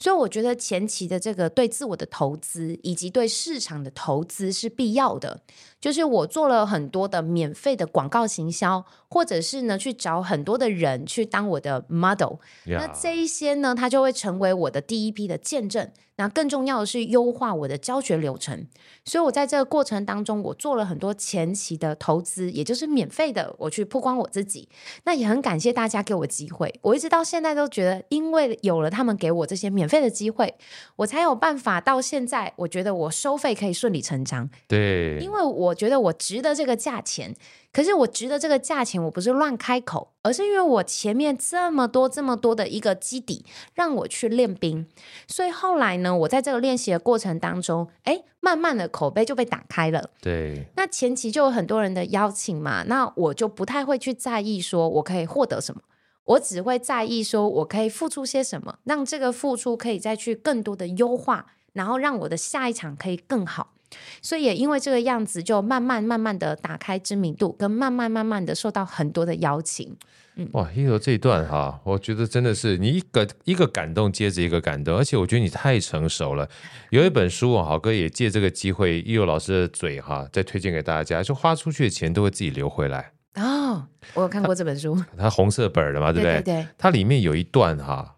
所以我觉得前期的这个对自我的投资以及对市场的投资是必要的。就是我做了很多的免费的广告行销，或者是呢去找很多的人去当我的 model，那
呀，
这一些呢，它就会成为我的第一批的见证。那更重要的是优化我的教学流程。所以我在这个过程当中，我做了很多前期的投资，也就是免费的，我去曝光我自己。那也很感谢大家给我机会，我一直到现在都觉得，因为有了他们给我这些免费的机会，我才有办法到现在，我觉得我收费可以顺理成章。
对
因为我觉得我值得这个价钱，可是我值得这个价钱，我不是乱开口，而是因为我前面这么多这么多的一个基底，让我去练兵，所以后来呢，我在这个练习的过程当中，哎，慢慢的口碑就被打开了。
对
那前期就有很多人的邀请嘛，那我就不太会去在意说我可以获得什么，我只会在意说我可以付出些什么，让这个付出可以再去更多的优化，然后让我的下一场可以更好。所以也因为这个样子，就慢慢慢慢的打开知名度，跟慢慢慢慢的受到很多的邀请。嗯
哇，一柔这一段哈，我觉得真的是你一个一个感动接着一个感动，而且我觉得你太成熟
<laughs>
了。有一本书啊，好哥也借这个机会，一柔老师的嘴哈，再推荐给大家，就花出去的钱都会自己流回来。
哦，我有看过这本书，
它红色本儿的嘛，对不
对对，
它里面有一段哈，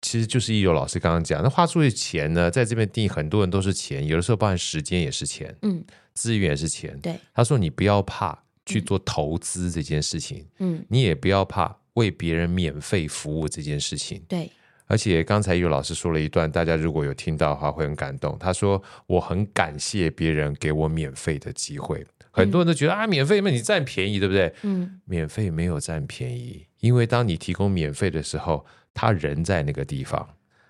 其实就是一柔老师刚刚讲，那花出去钱呢，在这边定义很多人都是钱，有的时候包含时间也是钱，
嗯
资源也是钱。
对，
他说你不要怕去做投资这件事情，
嗯
你也不要怕为别人免费服务这件事情。
对，
而且刚才有老师说了一段，大家如果有听到的话会很感动。他说：“我很感谢别人给我免费的机会。”很多人都觉得、啊，免费嘛，你占便宜，对不对？
嗯
免费没有占便宜，因为当你提供免费的时候，他人在那个地方，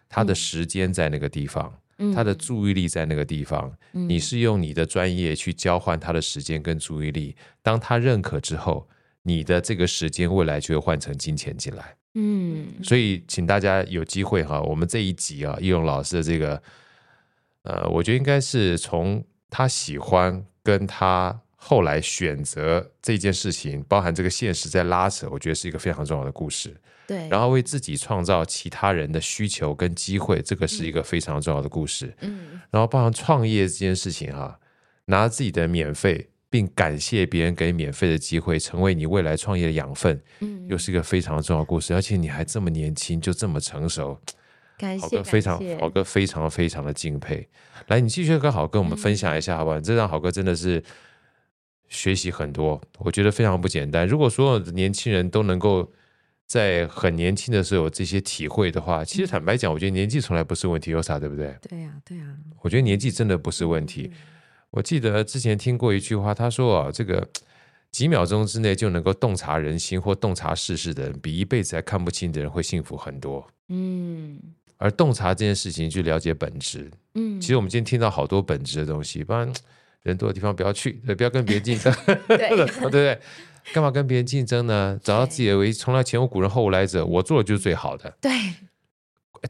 他的时间在那个地方，
嗯，
他的注意力在那个地方。
嗯
你是用你的专业去交换他的时间跟注意力，当他认可之后，你的这个时间未来就会换成金钱进来。
嗯
所以，请大家有机会哈，我们这一集啊，易容老师的这个，呃，我觉得应该是从他喜欢跟他后来选择这件事情，包含这个现实在拉扯，我觉得是一个非常重要的故事。
对，
然后
后
为自己创造其他人的需求跟机会，这个是一个非常重要的故事。
嗯
然后，包含创业这件事情哈、拿自己的免费。并感谢别人给免费的机会，成为你未来创业的养分。
嗯，
又是一个非常重要的故事，而且你还这么年轻，就这么成熟，
感
好
谢
哥
感
非常
谢
好哥非常非常的敬佩。来，你继续跟好哥我们分享一
嗯
下，好不好？这让好哥真的是学习很多，我觉得非常不简单。如果所有的年轻人都能够在很年轻的时候有这些体会的话，
嗯
其实坦白讲，我觉得年纪从来不是问题，有啥对不对？
对呀、对呀、啊
我觉得年纪真的不是问题。我记得之前听过一句话，他说啊，这个几秒钟之内就能够洞察人心或洞察世事的人，比一辈子还看不清的人会幸福很多。
嗯
而洞察这件事情，去了解本质。
嗯，
其实我们今天听到好多本质的东西，不然人多的地方不要去，对，不要跟别人竞争， <laughs> 对不对？干嘛跟别人竞争呢？找到自己的为，从来前无古人后无来者，我做的就是最好的。
对，
哎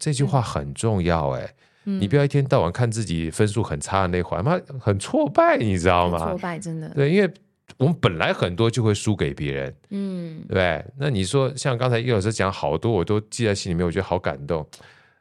这句话很重要，哎，
嗯
你不要一天到晚看自己分数很差的那环，妈很挫败，你知道
<laughs> 挫
吗？
败真的，
对，因为我们本来很多就会输给别人，
嗯
对不对。那你说像刚才叶老师讲好多，我都记在心里面，我觉得好感动。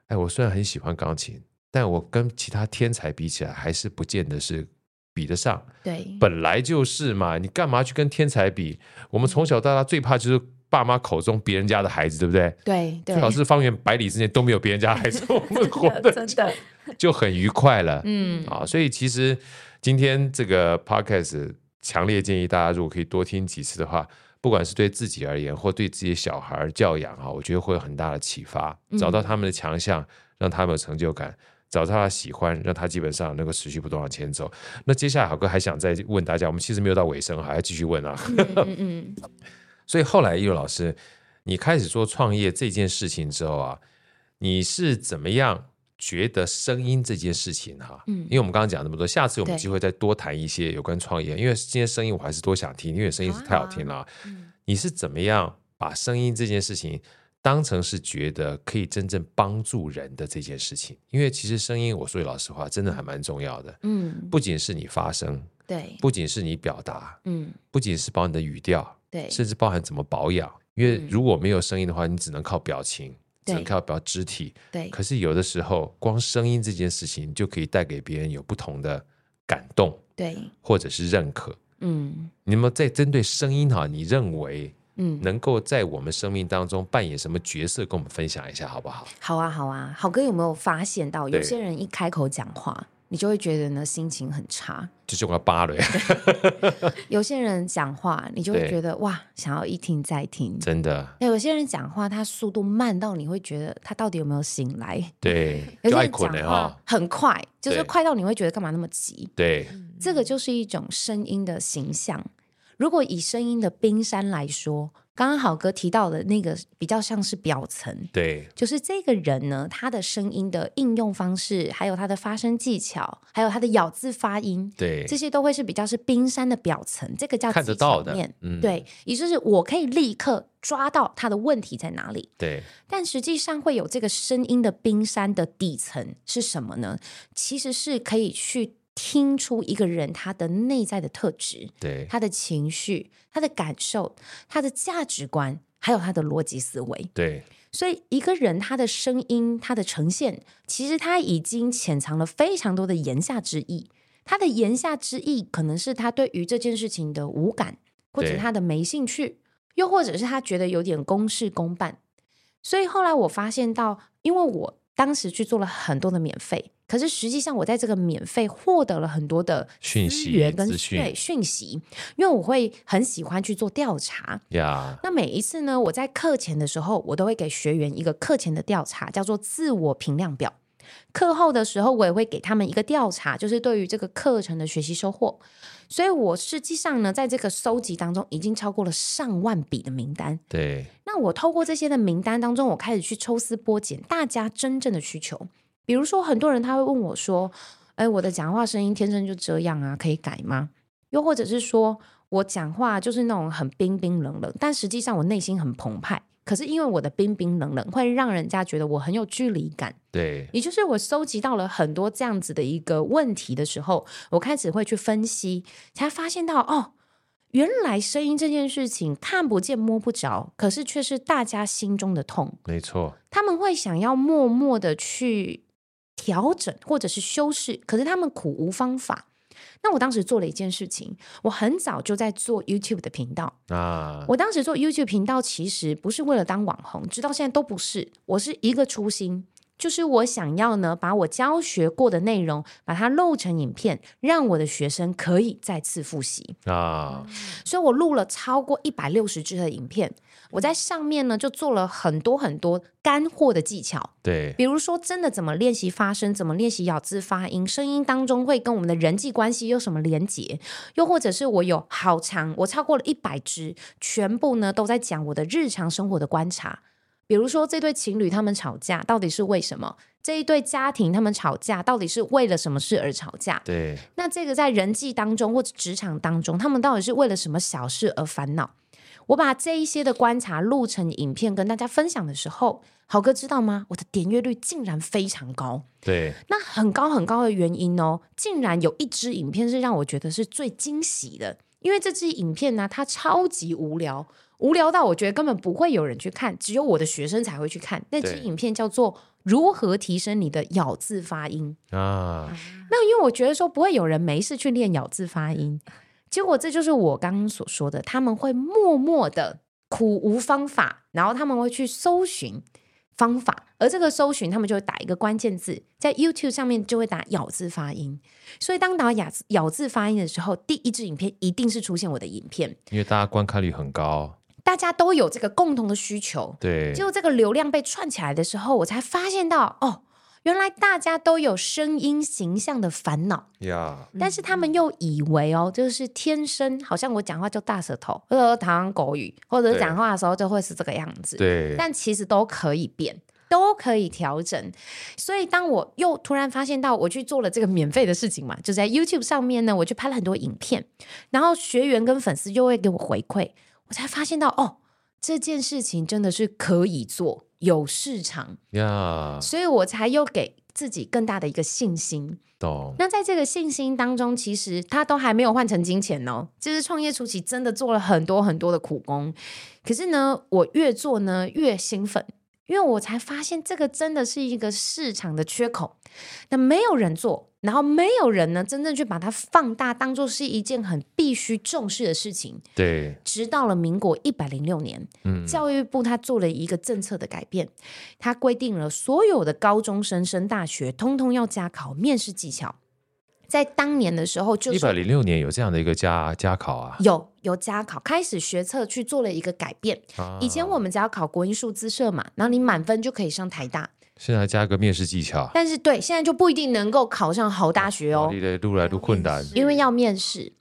哎，我虽然很喜欢钢琴，但我跟其他天才比起来，还是不见得是比得上。
对，
本来就是嘛，你干嘛去跟天才比？我们从小到大最怕就是爸妈口中别人家的孩子，对不对？
对
最，
对
好是方圆百里之内都没有别人家的孩子，我们活
<laughs>
得
真的，
就很愉快了。
嗯
啊，所以其实今天这个 podcast 强烈建议大家，如果可以多听几次的话，不管是对自己而言，或对自己小孩儿教养啊哈，我觉得会有很大的启发。
嗯
找到他们的强项，让他们有成就感；找到他喜欢，让他基本上能够持续不断往前走。那接下来，好哥还想再问大家，我们其实没有到尾声，还要继续问啊。
嗯嗯
所以后来，叶老师，你开始做创业这件事情之后啊，你是怎么样觉得声音这件事情哈、
嗯
因为我们刚刚讲那么多，下次我们有
对
机会再多谈一些有关创业，因为今天声音我还是多想听，因为声音是太好听了啊、
嗯
你是怎么样把声音这件事情当成是觉得可以真正帮助人的这件事情？因为其实声音，我说句老实话，真的还蛮重要的，
嗯，
不仅是你发声，
对，
不仅是你表达，
嗯
不仅是包你的语调。
对，嗯
甚至包含怎么保养。因为如果没有声音的话，你只能靠表情，只
对
能靠表肢体。
对，
可是有的时候，光声音这件事情就可以带给别人有不同的感动
对，
或者是认可。
嗯
你们在针对声音哈，你认为
嗯。
能够在我们生命当中扮演什么角色，跟我们分享一下好不好？
好啊，好啊，好哥有没有发现到，
对
有些人一开口讲话，你就会觉得呢心情很差；
就是我要扒了，
<laughs> 有些人讲话，你就会
对
觉得哇，想要一听再听。
真的，
那有些人讲话，他速度慢到你会觉得他到底有没有醒来？
对，
<laughs>
就
有些
爱
人
捆
讲
了
话
哈，
很快，就是
对
快到你会觉得干嘛那么急？
对，
这个就是一种声音的形象。如果以声音的冰山来说，刚刚好哥提到的那个比较像是表层，
对，
就是这个人呢，他的声音的应用方式，还有他的发声技巧，还有他的咬字发音，
对，
这些都会是比较是冰山的表层，这个叫
看得
技巧
到的
面，
嗯
对，也就是我可以立刻抓到他的问题在哪里。
对，
但实际上会有这个声音的冰山的底层是什么呢？其实是可以去听出一个人他的内在的特质、
对，
他的情绪、他的感受、他的价值观，还有他的逻辑思维。
对，
所以，一个人他的声音、他的呈现，其实他已经潜藏了非常多的言下之意。他的言下之意，可能是他对于这件事情的无感，或者
对
他的没兴趣，又或者是他觉得有点公事公办。所以后来我发现到，因为我当时去做了很多的免费，可是实际上我在这个免费获得了很多的
讯
资
息
源跟
资讯
对讯息，因为我会很喜欢去做调查，
呀，
那每一次呢，我在课前的时候，我都会给学员一个课前的调查，叫做自我评量表。课后的时候，我也会给他们一个调查，就是对于这个课程的学习收获。所以，我实际上呢，在这个收集当中，已经超过了上万笔的名单。
对，
那我透过这些的名单当中，我开始去抽丝剥茧，大家真正的需求。比如说，很多人他会问我说：“哎，我的讲话声音天生就这样啊，可以改吗？”又或者是说我讲话就是那种很冰冰冷冷，但实际上我内心很澎湃。可是因为我的冰冰冷冷，会让人家觉得我很有距离感。
对，
也就是我收集到了很多这样子的一个问题的时候，我开始会去分析，才发现到哦，原来声音这件事情看不见摸不着，可是却是大家心中的痛。
没错，
他们会想要默默的去调整或者是修饰，可是他们苦无方法。那我当时做了一件事情，我很早就在做 YouTube 的频道，
啊，
我当时做 YouTube 频道，其实不是为了当网红，直到现在都不是。我是一个初心，就是我想要呢，把我教学过的内容，把它录成影片，让我的学生可以再次复习。
啊，
所以我录了超过一百六十支的影片，我在上面呢就做了很多很多干货的技巧。
对，
比如说，真的怎么练习发声，怎么练习咬字发音，声音当中会跟我们的人际关系有什么连结？又或者是我有好长，我超过了一百支，全部呢都在讲我的日常生活的观察。比如说，这对情侣他们吵架到底是为什么？这一对家庭他们吵架到底是为了什么事而吵架？
对，
那这个在人际当中或者职场当中，他们到底是为了什么小事而烦恼？我把这一些的观察录成影片跟大家分享的时候，豪哥知道吗？我的点阅率竟然非常高，
对，
那很高很高的原因哦，竟然有一支影片是让我觉得是最惊喜的，因为这支影片呢、它超级无聊，无聊到我觉得根本不会有人去看，只有我的学生才会去看。那支
对
影片叫做《如何提升你的咬字发音》。
啊，
那因为我觉得说不会有人没事去练咬字发音，结果这就是我刚刚所说的，他们会默默的苦无方法，然后他们会去搜寻方法，而这个搜寻他们就会打一个关键字，在 YouTube 上面就会打咬字发音，所以当打咬字咬字发音的时候，第一支影片一定是出现我的影片，
因为大家观看率很高，
大家都有这个共同的需求，
对，
结果这个流量被串起来的时候，我才发现到哦，原来大家都有声音形象的烦恼。
呀，
但是他
嗯
们又以为哦，就是天生好像我讲话就大舌头，或者台湾狗语，或者
对
讲话的时候就会是这个样子。
对，
但其实都可以变，都可以调整。所以当我又突然发现到，我去做了这个免费的事情嘛，就在 YouTube 上面呢，我去拍了很多影片，然后学员跟粉丝就会给我回馈，我才发现到哦，这件事情真的是可以做，有市场，
呀，
所以我才又给自己更大的一个信心。
懂，
那在这个信心当中，其实他都还没有换成金钱哦。就是创业初期真的做了很多很多的苦工，可是呢，我越做呢越兴奋，因为我才发现这个真的是一个市场的缺口，那没有人做，然后没有人呢真正去把它放大，当做是一件很必须重视的事情。
对，
直到了民国一百零六年，
嗯
教育部它做了一个政策的改变，它规定了所有的高中生升大学，通通要加考面试技巧。在当年的时候，就
一百
是
零六年有这样的一个加加考啊，
有有加考，开始学测去做了一个改变。
啊
以前我们只要考国英数资社嘛，然后你满分就可以上台大，
现在加个面试技巧，
但是对现在就不一定能够考上好大学哦。
你的路来路困难，
因为要面试。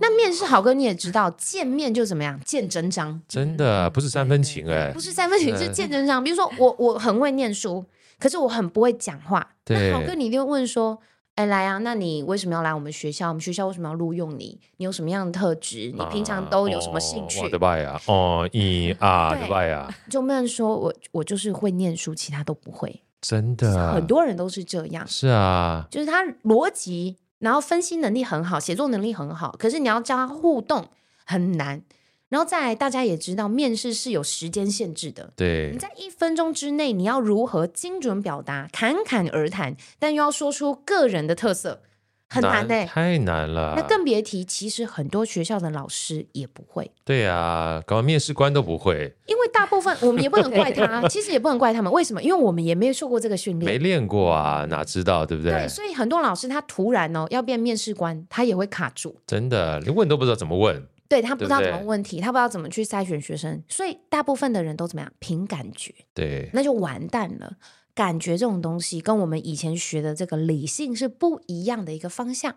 那面试好哥你也知道，见面就怎么样，见真章，
真的不是三分情哎
不，是三分情是见真章。比如说我我很会念书，可是我很不会讲话。
对
那好哥你一定会问说。哎，来啊！那你为什么要来我们学校？我们学校为什么要录用你？你有什么样的特质？你平常都有什么兴趣？
啊我的爸呀，哦，一啊，
对
对吧呀，
就没人说我我就是会念书，其他都不会。
真的，
很多人都是这样，
是啊，
就是他逻辑然后分析能力很好，写作能力很好，可是你要教他互动很难。然后再来，大家也知道，面试是有时间限制的。
对
你，在一分钟之内，你要如何精准表达、侃侃而谈，但又要说出个人的特色，很难呢、
太难了。
那更别提，其实很多学校的老师也不会，
对啊，搞完面试官都不会，
因为大部分我们也不能怪他，其实也不能怪他们，为什么？因为我们也没有受过这个训
没
练。
练过啊，哪知道对不对？
对，所以很多老师他突然哦要变面试官，他也会卡住，
真的，连问都不知道怎么问。
对他不知道
对
怎
不对
么问题，他不知道怎么去筛选学生，所以大部分的人都怎么样凭感觉，
对，
那就完蛋了。感觉这种东西跟我们以前学的这个理性是不一样的一个方向，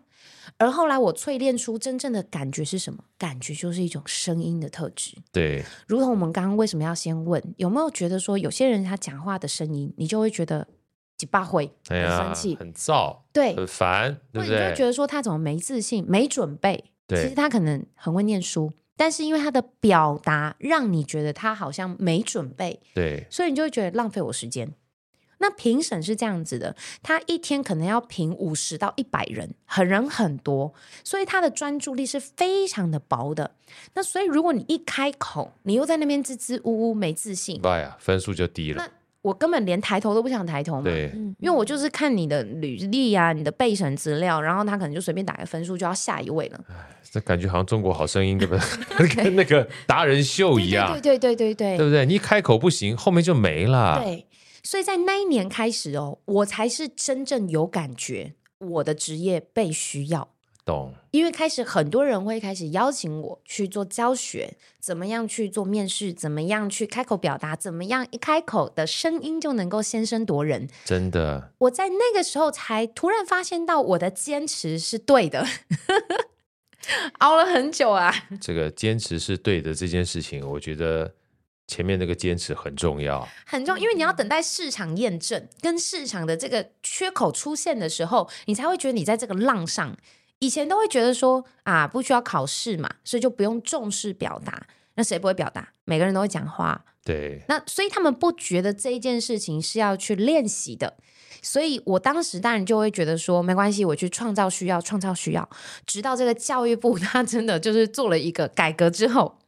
而后来我淬炼出真正的感觉是什么？感觉就是一种声音的特质。
对，
如同我们刚刚为什么要先问，有没有觉得说有些人他讲话的声音，你就会觉得几巴会
哎
很
呀，
生气，
很燥，
对，
很烦，呃对
或
不
者你就会觉
对？
得说他怎么没自信、没准备？其
对
实他可能很会念书，但是因为他的表达让你觉得他好像没准备，
对，
所以你就会觉得浪费我时间。那评审是这样子的，他一天可能要评五十到一百人，很人很多，所以他的专注力是非常的薄的。那所以如果你一开口，你又在那边支支吾吾没自信，
哎呀，分数就低了。
那我根本连抬头都不想抬头嘛。
对，
因为我就是看你的履历啊，你的备审资料，然后他可能就随便打个分数就要下一位了。
这感觉好像《中国好声音》对不
<laughs>
对？跟那个达人秀一样，
对对对对对
对不对？你一开口不行，后面就没了。
对，所以在那一年开始哦，我才是真正有感觉我的职业被需要，
懂？
因为开始很多人会开始邀请我去做教学，怎么样去做面试，怎么样去开口表达，怎么样一开口的声音就能够先声夺人。
真的，
我在那个时候才突然发现到我的坚持是对的。 <laughs> 熬了很久啊，
这个坚持是对的这件事情，我觉得前面那个坚持很重要。
很重要，因为你要等待市场验证跟市场的这个缺口出现的时候，你才会觉得你在这个浪上。以前都会觉得说啊，不需要考试嘛，所以就不用重视表达。那谁不会表达？每个人都会讲话，
对，
那所以他们不觉得这一件事情是要去练习的。所以我当时当然就会觉得说，没关系，我去创造需要，创造需要。直到这个教育部 <laughs> 他真的就是做了一个改革之后，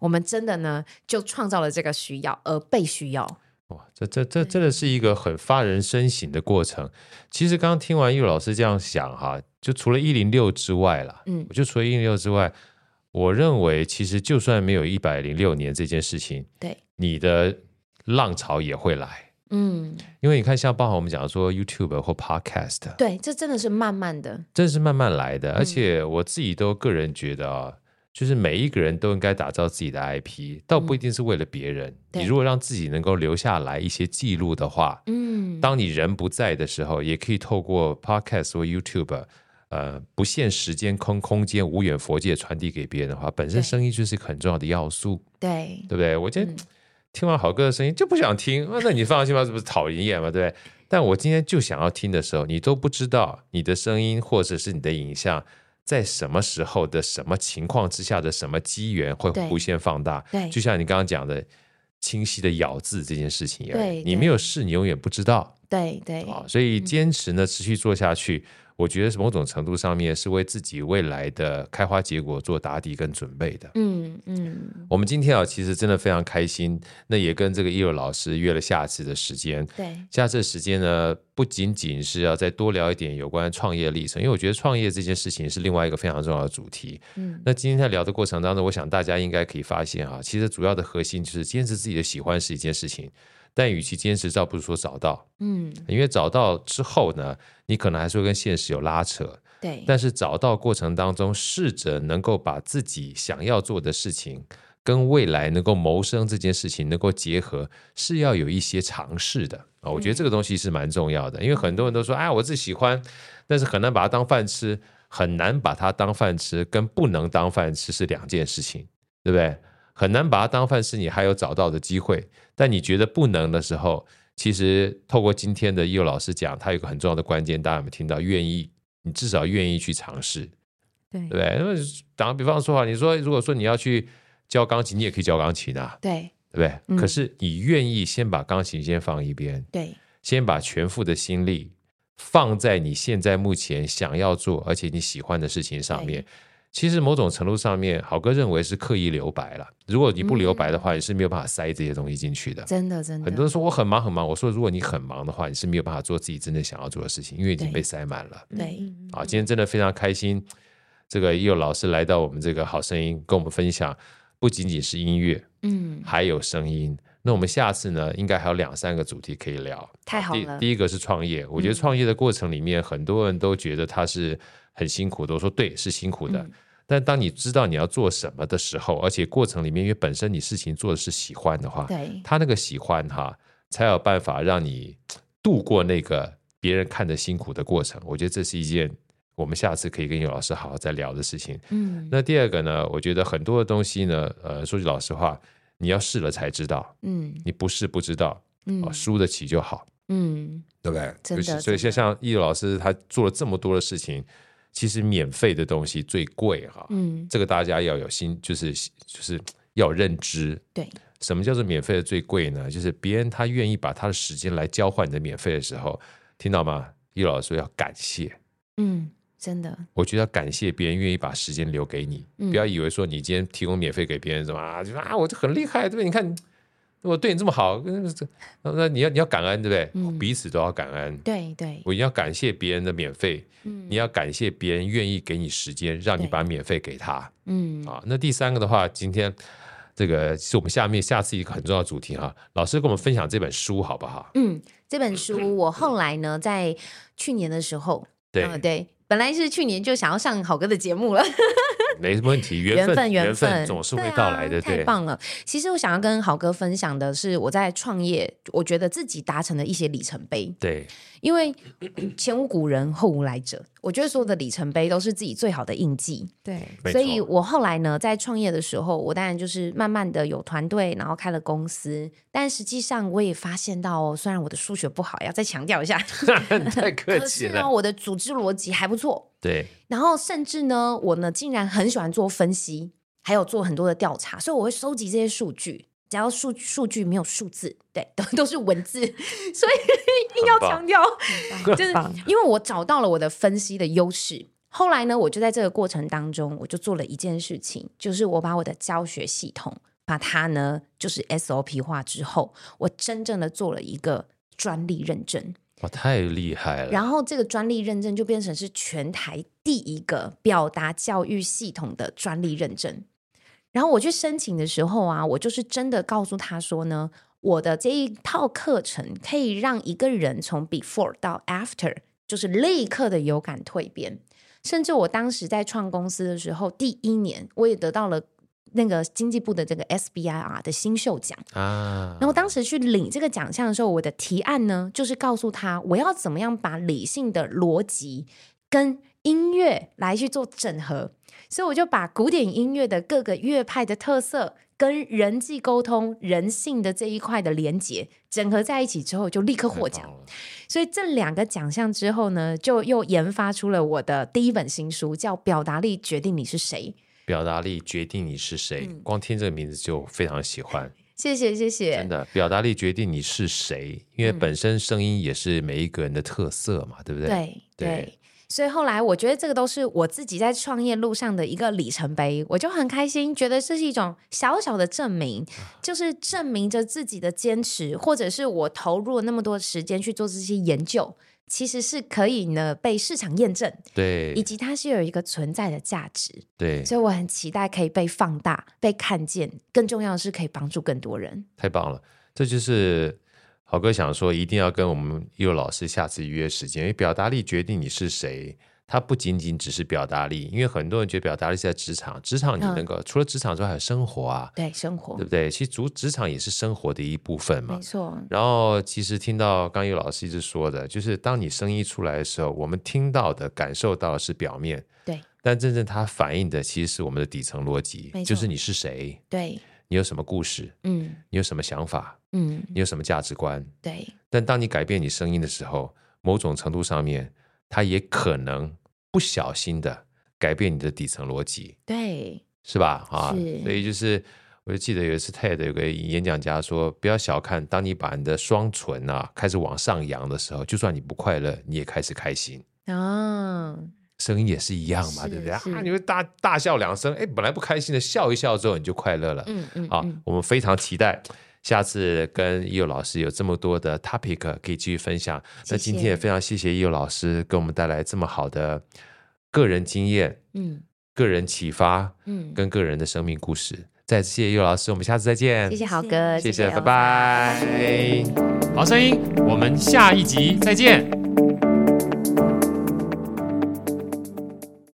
我们真的呢就创造了这个需要，而被需要。
哇，这这这真的是一个很发人深省的过程。其实刚刚听完玉老师这样想哈，就除了一零六之外啦，
嗯
我就除了一零六之外，我认为其实就算没有一百零六年这件事情，
对，
你的浪潮也会来。
嗯，
因为你看，像包含我们讲说 YouTube 或 Podcast，
对，这真的是慢慢的，
真是慢慢来
嗯
的。而且我自己都个人觉得啊、就是每一个人都应该打造自己的 IP，倒不一定是为了别人。
嗯对
你如果让自己能够留下来一些记录的话，
嗯，
当你人不在的时候，也可以透过 Podcast 或 YouTube。呃，不限时间、空空间、无远佛界传递给别人的话，本身
对
声音就是一个很重要的要素。
对，
对不对？我今天
嗯
听完好歌的声音就不想听，啊那你放心吧，这不是讨人厌嘛，对不对？但我今天就想要听的时候，你都不知道你的声音或者是你的影像在什么时候的什么情况之下的什么机缘会
对
无限放大。
对
就像你刚刚讲的，清晰的咬字这件事情一样
对，
你
对
没有试，你永远不知道
对，对，
啊。所以坚持呢，持续做下去，我觉得是某种程度上面是为自己未来的开花结果做打底跟准备的。
嗯嗯，
我们今天啊，其实真的非常开心，那也跟这个叶柔老师约了下次的时间。
对，
下次的时间呢，不仅仅是要再多聊一点有关创业历程，因为我觉得创业这件事情是另外一个非常重要的主题。
嗯，
那今天在聊的过程当中，我想大家应该可以发现啊，其实主要的核心就是坚持自己的喜欢是一件事情，但与其坚持，倒不如说找到，
嗯，
因为找到之后呢，你可能还是会跟现实有拉扯。
对，
但是找到过程当中，试着能够把自己想要做的事情跟未来能够谋生这件事情能够结合，是要有一些尝试的啊、我觉得这个东西是蛮重要的，因为很多人都说，哎，我自己喜欢，但是很难把它当饭吃，很难把它当饭吃，跟不能当饭吃是两件事情，对不对？很难把它当饭吃，你还有找到的机会，但你觉得不能的时候，其实透过今天的佑老师讲，他有一个很重要的关键，大家有没有听到？愿意，你至少愿意去尝试，
对
对不对？因为打个比方说啊，你说如果说你要去教钢琴，你也可以教钢琴啊，
对，
对不对？
嗯
可是你愿意先把钢琴先放一边，
对，
先把全副的心力放在你现在目前想要做而且你喜欢的事情上面。其实某种程度上面，好哥认为是刻意留白了。如果你不留白的话，你是没有办法塞这些东西进去的。
真的真的，
很多人说我很忙很忙，我说如果你很忙的话，你是没有办法做自己真正想要做的事情，因为已经
对
被塞满了。
对
嗯，
啊，今天真的非常开心，这个也有老师来到我们这个好声音，跟我们分享不仅仅是音乐，
嗯，
还有声音。那我们下次呢，应该还有两三个主题可以聊。
太好
第
了，嗯
第一个是创业，我觉得创业的过程里面，很多人都觉得它是很辛苦的，我说对，是辛苦的。
嗯
但当你知道你要做什么的时候，而且过程里面因为本身你事情做的是喜欢的话，
对，
他那个喜欢哈，才有办法让你度过那个别人看着辛苦的过程。我觉得这是一件我们下次可以跟尤老师好好再聊的事情。
嗯
那第二个呢，我觉得很多的东西呢，呃，说句老实话，你要试了才知道，
嗯
你不试不知道，
嗯
啊、输得起就好，
嗯，
对不对？
真
尤
的
其所以
真的
像像易老师他做了这么多的事情，其实免费的东西最贵哈、
嗯，
这个大家要有心，就是就是要有认知。
对，
什么叫做免费的最贵呢？就是别人他愿意把他的时间来交换你的免费的时候，听到吗？易老师说要感谢，
嗯，真的，
我觉得要感谢别人愿意把时间留给你，
嗯
不要以为说你今天提供免费给别人什么啊，就说啊我这很厉害，对不对？你看我对你这么好，嗯这那那你要你要感恩，对不对？
嗯
彼此都要感恩。
对对，
我要感谢别人的免费，
嗯
你要感谢别人愿意给你时间，让你
对
把免费给他。
嗯，
啊。那第三个的话，今天这个是我们下面下次一个很重要的主题哈、老师跟我们分享这本书好不好？
嗯，这本书我后来呢，在去年的时候，
对，
嗯对，本来是去年就想要上好哥的节目了，
没什么问题，缘
分
分
缘
分总是会
对啊
到来的，对
太棒了。其实我想要跟豪哥分享的是，我在创业，我觉得自己达成的一些里程碑，
对
因为 <clears throat> 前无古人后无来者，我觉得所有的里程碑都是自己最好的印记。
<laughs>
对，
没
所以
错
我后来呢，在创业的时候，我当然就是慢慢的有团队，然后开了公司。但实际上，我也发现到、哦，虽然我的数学不好，要再强调一下，
太客
<laughs> 可
气
是呢，
了，
我的组织逻辑还不错。
对
然后甚至呢，我呢竟然很喜欢做分析，还有做很多的调查，所以我会收集这些数据。只要数数据没有数字，对，都都是文字， <laughs> 所以硬要
棒
强调，
<laughs>
棒
就是
棒
因为我找到了我的分析的优势。后来呢，我就在这个过程当中，我就做了一件事情，就是我把我的教学系统把它呢，就是 SOP 化之后，我真正的做了一个专利认证。
哇，太厉害了，
然后这个专利认证就变成是全台第一个表达教育系统的专利认证。然后我去申请的时候啊，我就是真的告诉他说呢，我的这一套课程可以让一个人从 before 到 after，就是立刻的有感蜕变。甚至我当时在创公司的时候，第一年我也得到了那个经济部的这个 SBIR 的新秀奖。
啊，
然后当时去领这个奖项的时候，我的提案呢，就是告诉他我要怎么样把理性的逻辑跟音乐来去做整合，所以我就把古典音乐的各个乐派的特色跟人际沟通、人性的这一块的连结整合在一起之后，就立刻
太
获
棒
奖。
了，
所以这两个奖项之后呢，就又研发出了我的第一本新书，叫《表达力决定你是谁》。
表达力决定你是谁，
嗯
光听这个名字就非常喜欢。
<laughs> 谢谢，谢谢，
真的，表达力决定你是谁，因为
嗯
本身声音也是每一个人的特色嘛，对不对？
对
对
对。所以后来我觉得这个都是我自己在创业路上的一个里程碑，我就很开心，觉得这是一种小小的证明，
啊
就是证明着自己的坚持，或者是我投入了那么多时间去做这些研究，其实是可以呢被市场验证，
对
以及它是有一个存在的价值。
对，
所以我很期待可以被放大、被看见，更重要的是可以帮助更多人。
太棒了！这就是豪哥想说，一定要跟我们悠悠老师下次约时间，因为表达力决定你是谁。它不仅仅只是表达力，因为很多人觉得表达力是在职场，职场你
嗯
能够、除了职场之外还有生活啊，
对生活
对，不对？其实职职场也是生活的一部分嘛
没。错，
然后其实听到刚有老师一直说的，就是当你声音出来的时候，我们听到的、感受到的是表面，
对
但真正它反映的其实是我们的底层逻辑
没，错
就是你是谁，
对，
你有什么故事，
嗯
你有什么想法，
嗯，
你有什么价值观？
对，
但当你改变你声音的时候，某种程度上面，它也可能不小心的改变你的底层逻辑，
对，
是吧？啊，
是
所以就是我就记得有一次 TED 有个演讲家说，不要小看，当你把你的双唇啊开始往上扬的时候，就算你不快乐，你也开始开心。
啊，
声音也是一样嘛，
是
对不对
是
啊？你会大大笑两声，哎，本来不开心的笑一笑之后，你就快乐了。
嗯嗯，
啊
嗯，
我们非常期待下次跟一佑老师有这么多的 topic 可以继续分享。那今天也非常谢谢一佑老师给我们带来这么好的个人经验、
嗯
个人启发
嗯，
跟个人的生命故事。再次谢谢一佑老师，我们下次再见。
谢谢豪哥，
谢谢，
哦
拜拜。
好声音，我们下一集再见，